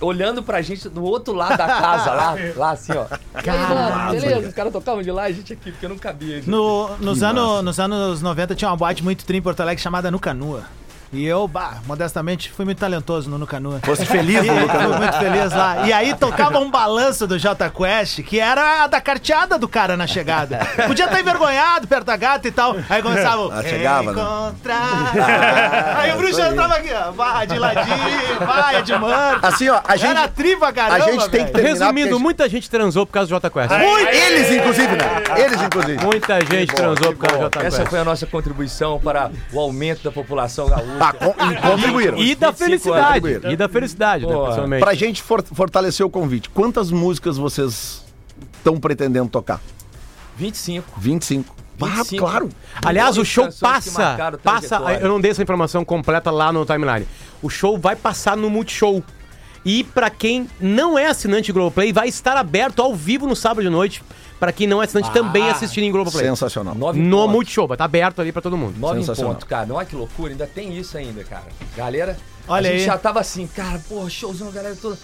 olhando pra gente do outro lado da casa, lá, lá assim, ó. E aí, mano, Beleza, os caras tocavam de lá, a gente aqui, porque não cabia. gente.
No,
Que
nos,
massa.
anos nos anos 90 tinha uma boate muito trim em Porto Alegre chamada Nucanua. E eu, bah, modestamente, fui muito talentoso no Nucanua.
Fosse feliz no
E-
Nuca Nua.
Fui muito feliz lá. E aí tocava um balanço do Jota Quest, que era a da carteada do cara na chegada. Podia estar envergonhado perto da gata e tal. Aí começava o...
Ah, chegava, né?
"Encontrar". aí o bruxo entrava aqui, ó, barra de ladinho, vai, de mano.
Assim, ó, a gente-
Era triva, caramba, velho.
Resumindo, muita gente transou por causa do Jota Quest.
Muito!
Eles, inclusive, né? Eles, inclusive.
Muita gente transou por causa do Jota
Essa
Quest.
foi a nossa contribuição para o aumento da população gaúcha.
Ah, com- e contribuíram.
E da
25
felicidade.
anos.
E da felicidade, né,
Boa.
pessoalmente.
Pra gente for- fortalecer o convite, quantas músicas vocês estão pretendendo tocar?
25.
25. Ah,
25.
claro.
Aliás, o
Muitas
show
canções que
passa.
marcaram
Passa.
trajetória.
Eu não dei essa informação completa lá no timeline. O show vai passar no Multishow. E pra quem não é assinante Globoplay, vai estar aberto ao vivo no sábado de noite. Pra quem não é assinante
Ah,
também assistir em Globoplay.
Sensacional.
Nove
No
pontos.
Multishow, vai estar aberto ali pra todo mundo.
Nove em
Sensacional.
ponto, cara. Olha que loucura, ainda tem isso ainda, cara. Galera,
Olha
a gente
aí.
já tava assim, cara, pô, showzão, galera toda.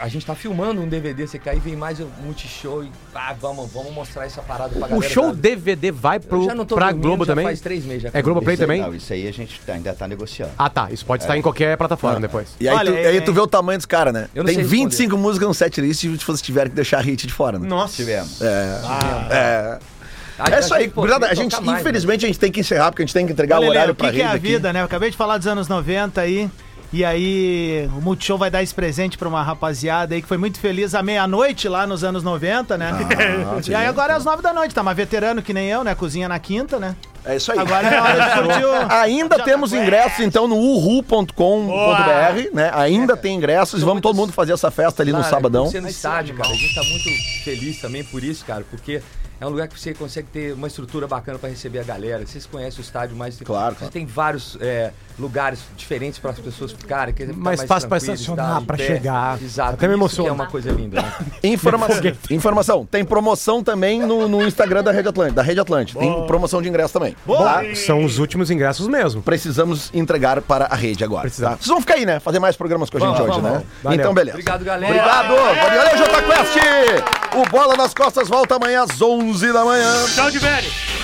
A gente tá filmando um DVD, você cai e vem mais um multishow e ah, vamos, vamos mostrar essa parada pra galera.
O show
da-
DVD vai pro,
já não tô
pra
dormindo,
Globo
já
também?
faz três meses já que
é
eu não
Globoplay
isso aí
também?
não, isso aí a gente tá- ainda tá negociando.
Ah, tá. Isso pode estar em qualquer plataforma depois.
E aí,
Olha
tu,
aí,
aí
hein?
tu vê o tamanho dos caras, né?
Eu não
Tem
sei
25 músicas no setlist e vocês tiveram que deixar a hit de fora, né?
Nossa.
Tivemos.
É. É.
Ah,
É isso aí,
pô,
gurizada,
tem
A
que
gente,
tocar mais, né?
infelizmente, a gente tem que encerrar, porque a gente tem que entregar o
Ô, Lelê,
um horário
o
pra
que, que é
rede
a
aqui.
vida, né? Eu acabei de falar dos anos 90 aí. E aí, o Multishow vai dar esse presente pra uma rapaziada aí que foi muito feliz à meia-noite lá nos anos 90, né?
Ah,
[LAUGHS] e aí
sim.
agora é às nove da noite, tá? Mas veterano que nem eu, né? Cozinha na quinta,
[LAUGHS]
né?
É isso aí.
Agora é hora de curtir o-
Ainda
Já
temos
tá-
ingressos, então, no uhu.com.br, né? Ainda tem ingressos. Vamos todo mundo fazer essa festa ali no
Cara,
sabadão.
Você no
é
estádio, cara. A gente tá muito feliz também por isso, cara, porque é um lugar que você consegue ter uma estrutura bacana pra receber a galera. Vocês conhecem o estádio, mas
Claro,
você
claro.
tem vários é, lugares diferentes para as pessoas ficarem. quer ficar
Mais fácil pra
tranquilo,
estacionar,
estar em
pra
pé.
chegar.
é. Exato.
Até me
Isso que
emociona.
É uma coisa linda.
[LAUGHS]
né?
Informação, informação. Tem promoção também no, no Instagram da Rede Atlântica. Da Rede Atlântica. Tem promoção de ingresso também.
Boa. Tá. São os últimos ingressos mesmo.
Precisamos entregar para a rede agora. Tá? Vocês vão ficar aí, né? Fazer mais programas com a gente
Vamos,
hoje,
vamos,
né?
vamos. Valeu. É.
Então, beleza.
Obrigado, galera.
Obrigado. Valeu, Jota Quest. O Bola nas Costas volta amanhã às 11 da manhã.
Tchau, de velho.